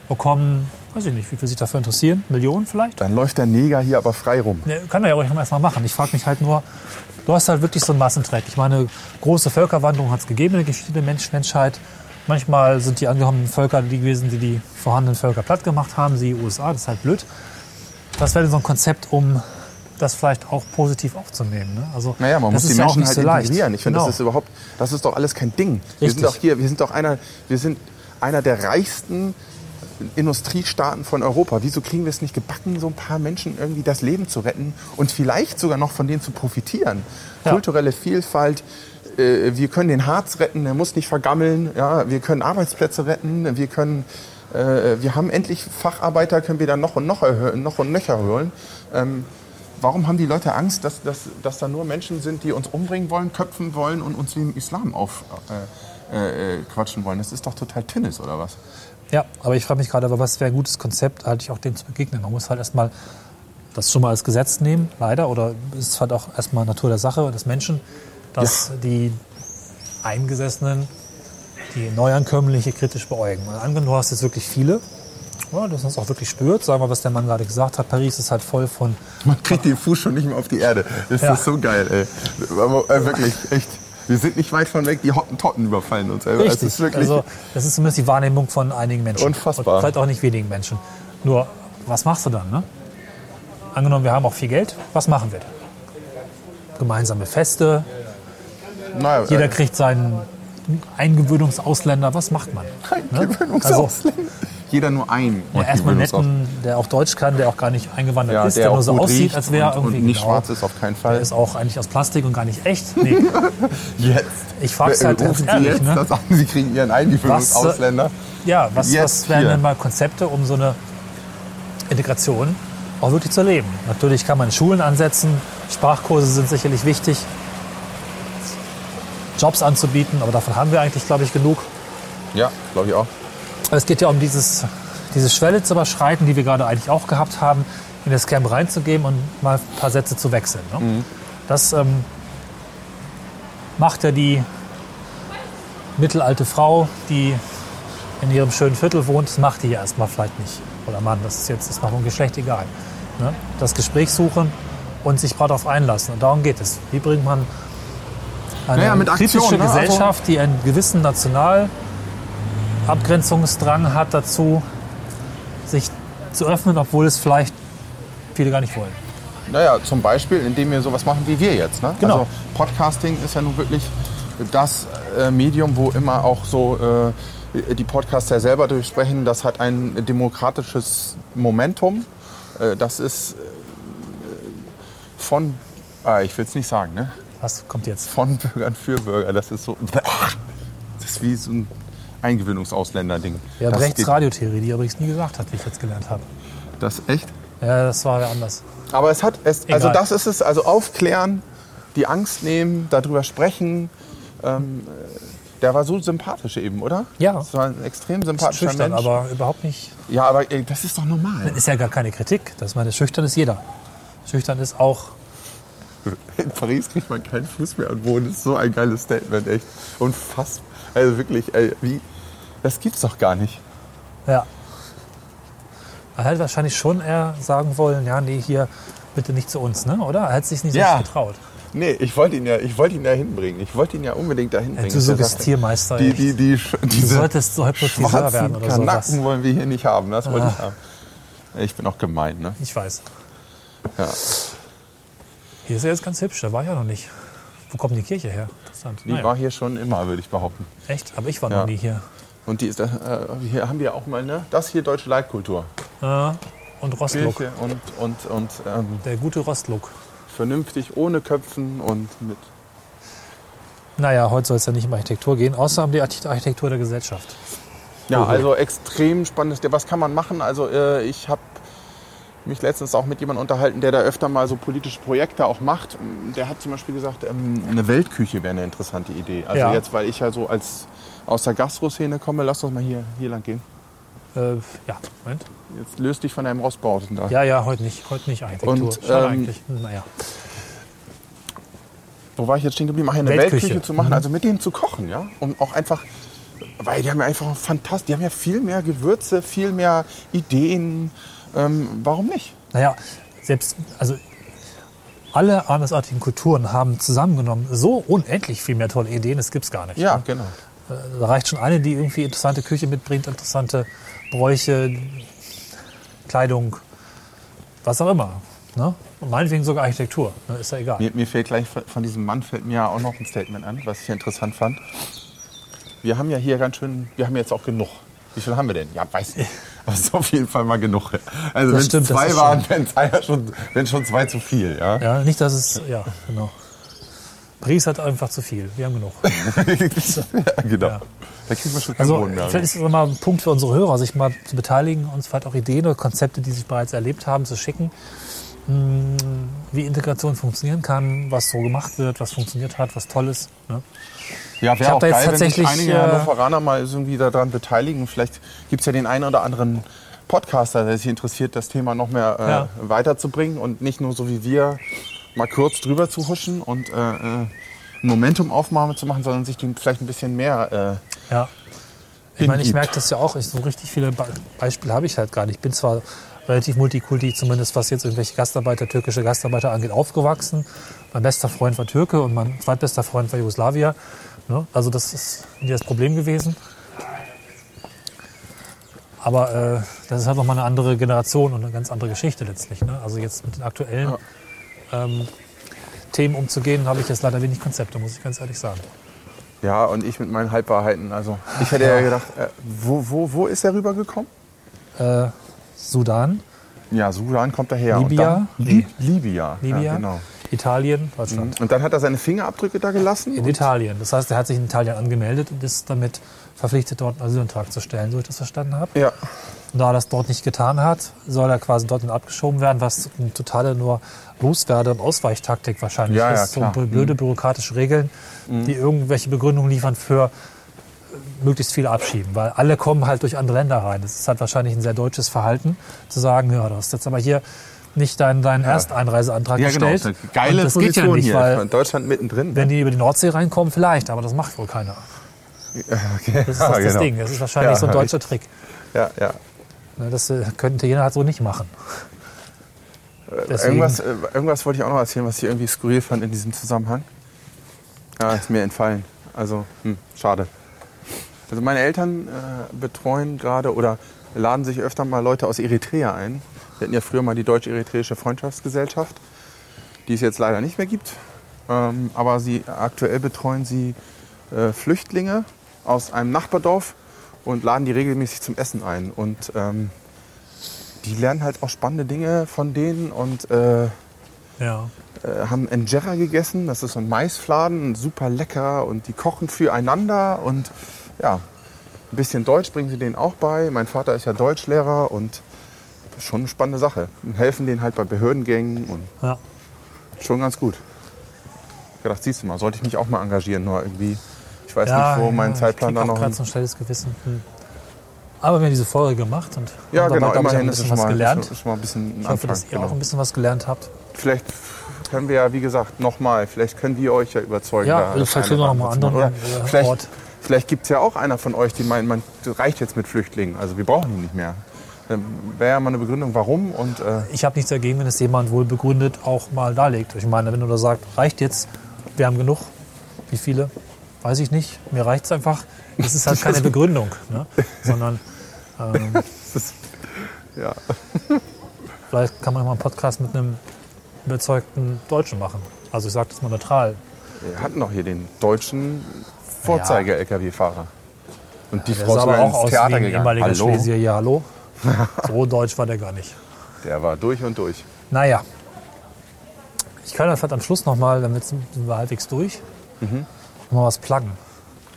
C: Bekommen, weiß ich nicht, wie viel sich dafür interessieren? Millionen vielleicht?
B: Dann läuft der Neger hier aber frei rum.
C: Ja, kann er ja ruhig noch erstmal machen. Ich frage mich halt nur, du hast halt wirklich so einen Massentreck. Ich meine, große Völkerwanderung hat es gegeben in der Geschichte der Mensch Menschheit. Manchmal sind die angekommenen Völker die gewesen, die die vorhandenen Völker platt gemacht haben, sie USA, das ist halt blöd. Was wäre denn so ein Konzept, um das vielleicht auch positiv aufzunehmen? Ne? Also,
B: Naja, man
C: das
B: muss
C: ist
B: die
C: ja auch
B: Menschen
C: nicht
B: halt
C: so leicht.
B: integrieren. Ich finde,
C: genau.
B: das ist überhaupt, das ist doch alles kein Ding. Wir
C: Richtig.
B: sind doch hier, wir sind doch einer, wir sind einer der reichsten Industriestaaten von Europa. Wieso kriegen wir es nicht gebacken, so ein paar Menschen irgendwie das Leben zu retten und vielleicht sogar noch von denen zu profitieren?
C: Ja.
B: Kulturelle Vielfalt. äh, Wir können den Harz retten, der muss nicht vergammeln. Ja, wir können Arbeitsplätze retten. Wir können, äh, wir haben endlich Facharbeiter, können wir dann noch und noch erhöhen, noch und nöcher holen. Ähm, Warum haben die Leute Angst, dass, dass, dass da nur Menschen sind, die uns umbringen wollen, köpfen wollen und uns wie im Islam aufquatschen äh, äh, quatschen wollen? Das ist doch total Tinnis, oder was?
C: Ja, aber ich frage mich gerade, aber was wäre ein gutes Konzept, halt ich auch dem zu begegnen? Man muss halt erstmal das schon mal als Gesetz nehmen, leider, oder es ist halt auch erstmal Natur der Sache des Menschen, dass die Eingesessenen die Neuankömmlinge kritisch beäugen. Und angenommen, du hast jetzt wirklich viele, ja, dass man es auch wirklich spürt, sagen wir, was der Mann gerade gesagt hat, Paris ist halt voll von
B: Man kriegt den Fuß schon nicht mehr auf die Erde. Das
C: Ja.
B: ist so geil, ey. Aber, äh, wirklich, echt. Wir sind nicht weit von weg, die Hottentotten überfallen uns. Ey.
C: Richtig.
B: Das ist wirklich
C: also, das ist zumindest die Wahrnehmung von einigen Menschen.
B: Unfassbar.
C: Und vielleicht auch nicht wenigen Menschen. Nur, was machst du dann? Ne? Angenommen, wir haben auch viel Geld. Was machen wir? Dann? Gemeinsame Feste.
B: naja,
C: Jeder kriegt seinen Eingewöhnungsausländer. Was macht man? Ne? Also,
B: Also, jeder nur ein.
C: Ja, erstmal
B: Gewöhnungsaus-
C: netten, der auch Deutsch kann, der auch gar nicht eingewandert
B: Ja,
C: ist,
B: der
C: der, nur
B: auch
C: so
B: gut
C: aussieht,
B: riecht
C: als wäre er
B: und- und
C: irgendwie
B: nicht
C: genau,
B: schwarz ist auf keinen Fall.
C: Der ist auch eigentlich aus Plastik und gar nicht echt. Nee,
B: Jetzt.
C: Ich frag's halt
B: Rufen
C: ganz
B: Sie
C: ehrlich,
B: jetzt,
C: ne? äh,
B: das an, Sie kriegen Ihren Eingewöhnungsausländer.
C: Ja, was,
B: Jetzt
C: was wären
B: hier.
C: denn mal Konzepte, um so eine Integration auch wirklich zu erleben? Natürlich kann man Schulen ansetzen, Sprachkurse sind sicherlich wichtig, Jobs anzubieten, aber davon haben wir eigentlich, glaube ich, genug.
B: Ja, glaube ich auch.
C: Aber es geht ja um dieses, diese Schwelle zu überschreiten, die wir gerade eigentlich auch gehabt haben, in das Camp reinzugeben und mal ein paar Sätze zu wechseln. Ne? Das ähm, macht ja die mittelalte Frau, die in ihrem schönen Viertel wohnt, das macht die ja erstmal vielleicht nicht. Oder Mann, das ist jetzt, das macht dem Geschlecht egal. Ne? Das Gespräch suchen und sich darauf einlassen. Und darum geht es. Wie bringt man eine
B: Naja, mit
C: kritische
B: Aktion, ne? Also-
C: Gesellschaft, die einen gewissen Nationalabgrenzungsdrang hat, dazu, sich zu öffnen, obwohl es vielleicht viele gar nicht wollen.
B: Naja, zum Beispiel, indem wir sowas machen wie wir jetzt. Ne?
C: Genau.
B: Also Podcasting ist ja nun wirklich das äh, Medium, wo immer auch so äh, die Podcaster selber durchsprechen. Das hat ein demokratisches Momentum. Äh, das ist äh, von, ah, ich will es nicht sagen, ne?
C: Was kommt jetzt?
B: von Bürgern für Bürger. Das ist so, das ist wie so ein Eingewöhnungsausländer-Ding.
C: Wir haben
B: Das
C: rechts
B: geht-
C: Radiotheorie, die er übrigens nie gesagt hat, wie ich jetzt gelernt habe.
B: Das echt?
C: Ja, das war ja anders.
B: Aber es hat, es, also
C: Egal.
B: das ist es, also aufklären die Angst nehmen, darüber sprechen. Ähm, äh, der war so sympathisch eben, oder?
C: Ja.
B: Das war ein extrem
C: Ist
B: sympathischer
C: Schüchtern,
B: Mensch.
C: aber überhaupt nicht.
B: ja, aber äh, das ist doch normal.
C: Ist ja gar keine Kritik. Das meine, schüchtern ist jeder. Schüchtern ist auch
B: In Paris kriegt man keinen Fuß mehr am Boden. Das ist so ein geiles Statement, echt. Unfassbar. Also wirklich, ey, wie, das gibt's doch gar nicht.
C: Ja. Er hätte wahrscheinlich schon eher sagen wollen, ja, nee, hier bitte nicht zu uns, ne? oder? Er hätte sich nicht so
B: Ja.
C: getraut.
B: Nee, ich wollte ihn ja, ich wollte ihn da hinbringen. Ich wollte ihn ja unbedingt da hinbringen.
C: du
B: Ich hab
C: Suggestiermeister,
B: gesagt,
C: echt.
B: Die, die, die, sch- diese
C: solltest so Hypnotiseur
B: schwarzen
C: werden oder
B: Kanacken
C: sowas. Ah.
B: wollen wir hier nicht haben. Das wollte ich haben. Ich bin auch gemein, ne?
C: Ich weiß.
B: Ja.
C: Hier ist er jetzt ganz hübsch, da war ich ja noch nicht. Wo kommt die Kirche her? Interessant.
B: Die
C: Naja.
B: war hier schon immer, würde ich behaupten.
C: Echt? Aber ich war
B: Ja.
C: noch nie hier.
B: Und die ist, äh, hier haben wir auch mal, ne? Das hier deutsche Leitkultur.
C: Ja. Und Rostluck.
B: Kirche und, und, und ähm,
C: Der gute Rostluck.
B: vernünftig, ohne Köpfen und mit.
C: Naja, heute soll es ja nicht um Architektur gehen, außer um die Archite- Architektur der Gesellschaft.
B: Ja, also extrem spannendes. Thema. Was kann man machen? Also äh, ich habe mich letztens auch mit jemandem unterhalten, der da öfter mal so politische Projekte auch macht. Der hat zum Beispiel gesagt, ähm, eine Weltküche wäre eine interessante Idee. Also
C: Ja.
B: jetzt, weil ich ja so als aus der Gastro-Szene komme, lass uns mal hier, hier lang gehen.
C: Äh, ja, Moment.
B: Jetzt löst dich von deinem Rostbausen da.
C: Ja, ja, heute nicht. Heute nicht Architektur.
B: Und,
C: Schade
B: ähm,
C: eigentlich. Naja.
B: Wo war ich jetzt stehen geblieben? Ach, ja, eine Weltküche,
C: Weltküche. Mhm.
B: zu machen, also mit denen zu kochen, ja? Und auch einfach, weil die haben ja einfach fantastisch, die haben ja viel mehr Gewürze, viel mehr Ideen. Ähm, warum nicht?
C: Naja, selbst, also alle andersartigen Kulturen haben zusammengenommen so unendlich viel mehr tolle Ideen, das gibt's gar nicht.
B: Ja, genau.
C: Da reicht schon eine, die irgendwie interessante Küche mitbringt, interessante Bräuche, Kleidung, was auch immer. Ne? Und meinetwegen sogar Architektur, ne? ist ja egal.
B: Mir, mir fällt gleich von von diesem Mann fällt mir ja auch noch ein Statement an, was ich hier interessant fand. Wir haben ja hier ganz schön, wir haben jetzt auch genug. Wie viel haben wir denn? Ja, weiß ich. Aber es ist auf jeden Fall mal genug. Also
C: Das
B: wenn es
C: stimmt, das
B: zwei
C: ist
B: waren, wären es einer schon, wären schon zwei zu viel, ja.
C: Ja, nicht, dass es, ja, genau. Paris hat einfach zu viel, wir haben genug.
B: ja genau. Da kriegt man schon keinen
C: Also
B: Boden mehr.
C: vielleicht ist das mal ein Punkt für unsere Hörer, sich mal zu beteiligen, uns vielleicht auch Ideen oder Konzepte, die sie bereits erlebt haben, zu schicken, Mm, wie Integration funktionieren kann, was so gemacht wird, was funktioniert hat, was toll ist. Ne?
B: Ja,
C: Ich
B: wäre
C: hab
B: auch
C: da jetzt
B: geil, wenn sich
C: tatsächlich,
B: einige
C: äh,
B: Hannoveraner mal irgendwie daran beteiligen. Vielleicht gibt es ja den einen oder anderen Podcaster, der sich interessiert, das Thema noch mehr äh,
C: Ja.
B: weiterzubringen und nicht nur so wie wir mal kurz drüber zu huschen und äh, äh, eine Momentumaufnahme zu machen, sondern sich dem vielleicht ein bisschen mehr. Äh,
C: Ja. Ich meine, ich
B: Hingibt.
C: merke das ja auch, ich, so richtig viele Be Beispiele habe ich halt gar nicht. Ich bin zwar relativ multikulti, zumindest was jetzt irgendwelche Gastarbeiter, türkische Gastarbeiter angeht, aufgewachsen. Mein bester Freund war Türke und mein zweitbester Freund war Jugoslawier. Ne? Also das ist nie das Problem gewesen. Aber äh, das ist halt nochmal eine andere Generation und eine ganz andere Geschichte letztlich. Ne? Also jetzt mit den aktuellen ähm, Themen umzugehen, habe ich jetzt leider wenig Konzepte, muss ich ganz ehrlich sagen.
B: ja, und ich mit meinen Halbwahrheiten. Also ich hätte ja, gedacht, äh, wo, wo, wo ist er rübergekommen?
C: Äh, Sudan,
B: Ja, Sudan kommt daher.
C: Libya?
B: Und dann, Lib Libya.
C: Libyen,
B: Ja, genau. Mhm.
C: Italien, Deutschland.
B: Und dann hat er seine Fingerabdrücke da gelassen.
C: In Italien. Das heißt, er hat sich in Italien angemeldet und ist damit verpflichtet, dort einen Asylantrag zu stellen, so ich das verstanden habe.
B: ja.
C: Und da er das dort nicht getan hat, soll er quasi dorthin abgeschoben werden, was eine totale nur Loswerde- und Ausweichtaktik wahrscheinlich
B: Ja, ja,
C: ist.
B: klar. Mhm.
C: so blöde bürokratische Regeln, die irgendwelche Begründungen liefern für äh, möglichst viel abschieben, weil alle kommen halt durch andere Länder rein. Das ist halt wahrscheinlich ein sehr deutsches Verhalten, zu sagen, ja, du hast jetzt aber hier nicht deinen, deinen Ersteinreiseantrag
B: Ja, genau.
C: gestellt.
B: Das ist eine geile
C: und das geht
B: Position
C: ja nicht,
B: hier. Ich
C: weil
B: meine, Deutschland mittendrin.
C: wenn die über die Nordsee reinkommen, vielleicht, aber das macht wohl keiner.
B: okay.
C: Das ist das, das Ding. Das ist wahrscheinlich
B: genau. Ja,
C: so ein deutscher Trick.
B: Ja, ja.
C: Ne, Das äh, können Italiener halt so nicht machen. Deswegen-
B: Irgendwas, äh, irgendwas wollte ich auch noch erzählen, was ich irgendwie skurril fand in diesem Zusammenhang. Ja, ist mir entfallen. Also, hm, schade. Also meine Eltern äh, betreuen gerade oder laden sich öfter mal Leute aus Eritrea ein. Wir hatten ja früher mal die deutsch-eritreische Freundschaftsgesellschaft, die es jetzt leider nicht mehr gibt. Ähm, aber sie, aktuell betreuen sie äh, Flüchtlinge aus einem Nachbardorf und laden die regelmäßig zum Essen ein. Und ähm, die lernen halt auch spannende Dinge von denen und äh,
C: Ja.
B: äh, haben Injera gegessen. Das ist so ein Maisfladen, super lecker und die kochen füreinander und ja, ein bisschen Deutsch bringen sie denen auch bei. Mein Vater ist ja Deutschlehrer und das ist schon eine spannende Sache. Und helfen denen halt bei Behördengängen und
C: ja.
B: schon ganz gut. gedacht, siehst du mal, sollte ich mich auch mal engagieren, nur irgendwie, ich weiß
C: ja,
B: nicht, wo mein
C: ja,
B: Zeitplan
C: ich krieg
B: da
C: auch
B: noch.
C: gerade so ein schlechtes Gewissen. Hm. Aber wir haben diese Folge gemacht und
B: ja,
C: haben
B: genau,
C: dabei, glaub ich, auch
B: immerhin
C: ein
B: ist es
C: bisschen
B: schon
C: was
B: mal,
C: gelernt.
B: ist schon mal ein bisschen ein
C: Ich hoffe,
B: Anfang.
C: dass ihr auch
B: genau.
C: ein bisschen was gelernt habt.
B: Vielleicht können wir ja, wie gesagt, nochmal, vielleicht können wir euch ja überzeugen.
C: Ja,
B: da
C: also
B: das
C: vielleicht
B: eine
C: finden wir
B: oder
C: noch mal
B: andere zu
C: anderen,
B: machen. Oder
C: äh,
B: Vielleicht,
C: Ort.
B: vielleicht gibt es ja auch einer von euch, die meint, man das reicht jetzt mit Flüchtlingen, also wir brauchen die nicht mehr. Dann wäre ja mal eine Begründung, warum und äh,
C: Ich habe nichts dagegen, wenn es jemand wohl begründet auch mal darlegt. Ich meine, wenn du da sagst, reicht jetzt, wir haben genug, wie viele, weiß ich nicht, mir reicht es einfach. Das ist halt keine Begründung, ne? sondern ähm,
B: das ist, ja.
C: vielleicht kann man mal einen Podcast mit einem überzeugten Deutschen machen. Also ich sage das mal neutral.
B: Wir hatten doch hier den deutschen Vorzeige-LKW-Fahrer. Und die
C: Der
B: Frau
C: sah aber
B: sogar
C: auch
B: ins
C: aus
B: Theater
C: wie ein
B: gegangen.
C: ehemaliger
B: Hallo,
C: Schlesier. Ja, hallo. So deutsch war der gar nicht.
B: der war durch und durch.
C: Naja, ich kann das halt am Schluss nochmal, dann wird's- sind wir halbwegs durch,
B: Mhm.
C: noch mal was pluggen.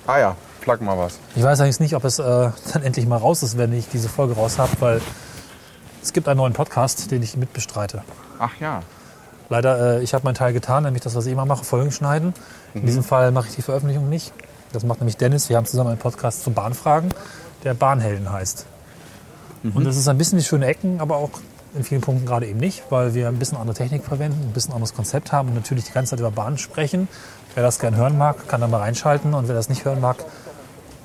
B: Ah ja, plug mal was.
C: Ich weiß allerdings nicht, ob es äh, dann endlich mal raus ist, wenn ich diese Folge raus habe, weil es gibt einen neuen Podcast, den ich mitbestreite.
B: Ach ja,
C: Leider, äh, ich habe meinen Teil getan, nämlich das, was ich immer mache, Folgen schneiden. In diesem Fall mache ich die Veröffentlichung nicht. Das macht nämlich Dennis. Wir haben zusammen einen Podcast zu Bahnfragen, der Bahnhelden heißt. Und das ist ein bisschen die schöne Ecken, aber auch in vielen Punkten gerade eben nicht, weil wir ein bisschen andere Technik verwenden, ein bisschen anderes Konzept haben und natürlich die ganze Zeit über Bahnen sprechen. Wer das gern hören mag, kann da mal reinschalten und wer das nicht hören mag,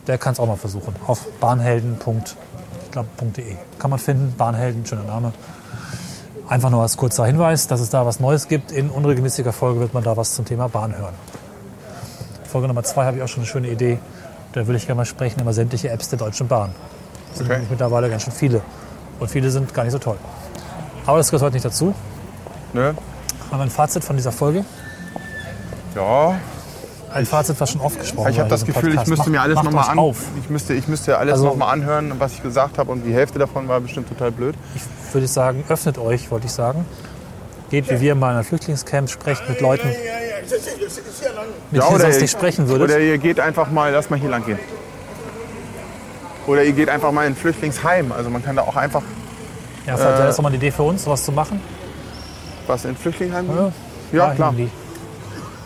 C: der kann es auch mal versuchen. Auf bahnhelden.de E. kann man finden. Bahnhelden, schöner Name. Einfach nur als kurzer Hinweis, dass es da was Neues gibt. In unregelmäßiger Folge wird man da was zum Thema Bahn hören. Folge Nummer zwei habe ich auch schon eine schöne Idee. Da würde ich gerne mal sprechen über sämtliche Apps der Deutschen Bahn. Das sind
B: Okay.
C: nämlich mittlerweile ganz schön viele. Und viele sind gar nicht so toll. Aber das gehört heute nicht dazu.
B: ne?
C: Aber ein Fazit von dieser Folge.
B: Ja,
C: Ein Fazit, was schon oft gesprochen
B: ich habe
C: war in
B: das
C: diesem
B: Gefühl, ich
C: Podcast.
B: müsste mir
C: Macht-
B: alles
C: macht
B: nochmal
C: euch
B: an.
C: auf.
B: Ich müsste, ich müsste alles
C: Also-
B: noch nochmal anhören, was ich gesagt habe. Und die Hälfte davon war bestimmt total blöd.
C: Ich würde sagen, öffnet euch, wollte ich sagen. Geht wie wir mal in ein Flüchtlingscamp, sprecht mit Leuten, mit
B: Ja,
C: denen ihr
B: oder
C: sonst
B: ihr-
C: nicht sprechen würdet.
B: Oder ihr geht einfach mal, lass mal hier lang gehen. Oder ihr geht einfach mal in ein Flüchtlingsheim. Also man kann da auch einfach
C: Ja, vielleicht
B: Äh,
C: wäre das doch mal eine Idee für uns, sowas zu machen.
B: was in Flüchtlingsheim.
C: Ja,
B: Ja,
C: Dahin
B: klar.
C: die-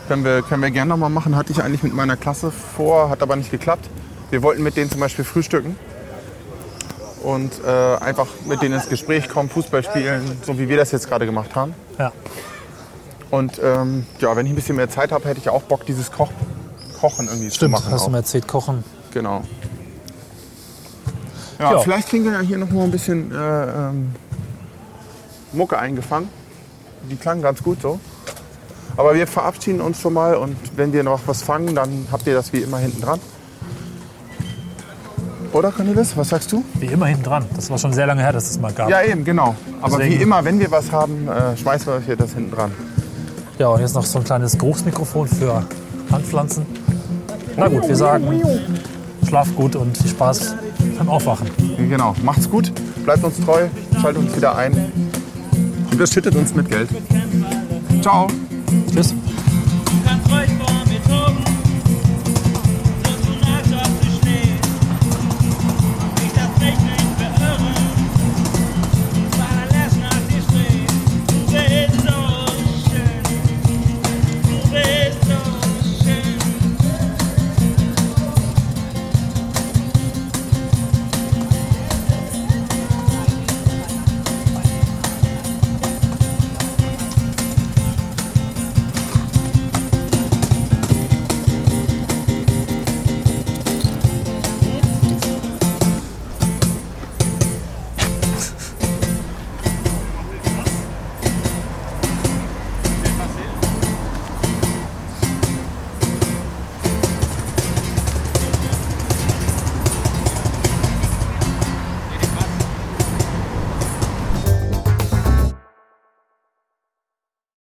B: Können wir, können wir gerne nochmal machen. Hatte ich eigentlich mit meiner Klasse vor, hat aber nicht geklappt. Wir wollten mit denen zum Beispiel frühstücken und äh, einfach mit denen ins Gespräch kommen, Fußball spielen, so wie wir das jetzt gerade gemacht haben.
C: Ja.
B: Und ähm, ja, wenn ich ein bisschen mehr Zeit habe, hätte ich auch Bock, dieses Koch Kochen irgendwie
C: Stimmt,
B: zu machen.
C: hast
B: auch.
C: du mir erzählt, kochen.
B: Genau. Ja,
C: Ja.
B: vielleicht kriegen wir ja hier noch mal ein bisschen äh, ähm, Mucke eingefangen. Die klang ganz gut so. Aber wir verabschieden uns schon mal und wenn wir noch was fangen, dann habt ihr das wie immer hinten dran. Oder Cornelis, was sagst du?
C: Wie immer hinten dran. Das war schon sehr lange her, dass es das mal gab.
B: Ja, eben, genau. Aber
C: Deswegen-
B: wie immer, wenn wir was haben, äh, schmeißen wir euch hier das hinten dran.
C: Ja, und jetzt noch so ein kleines Geruchsmikrofon für Handpflanzen. Na gut, wir sagen, schlaf gut und viel Spaß beim Aufwachen.
B: Genau, macht's gut, bleibt uns treu, schaltet uns wieder ein. Überschüttet uns mit Geld. Ciao.
C: Tschüss.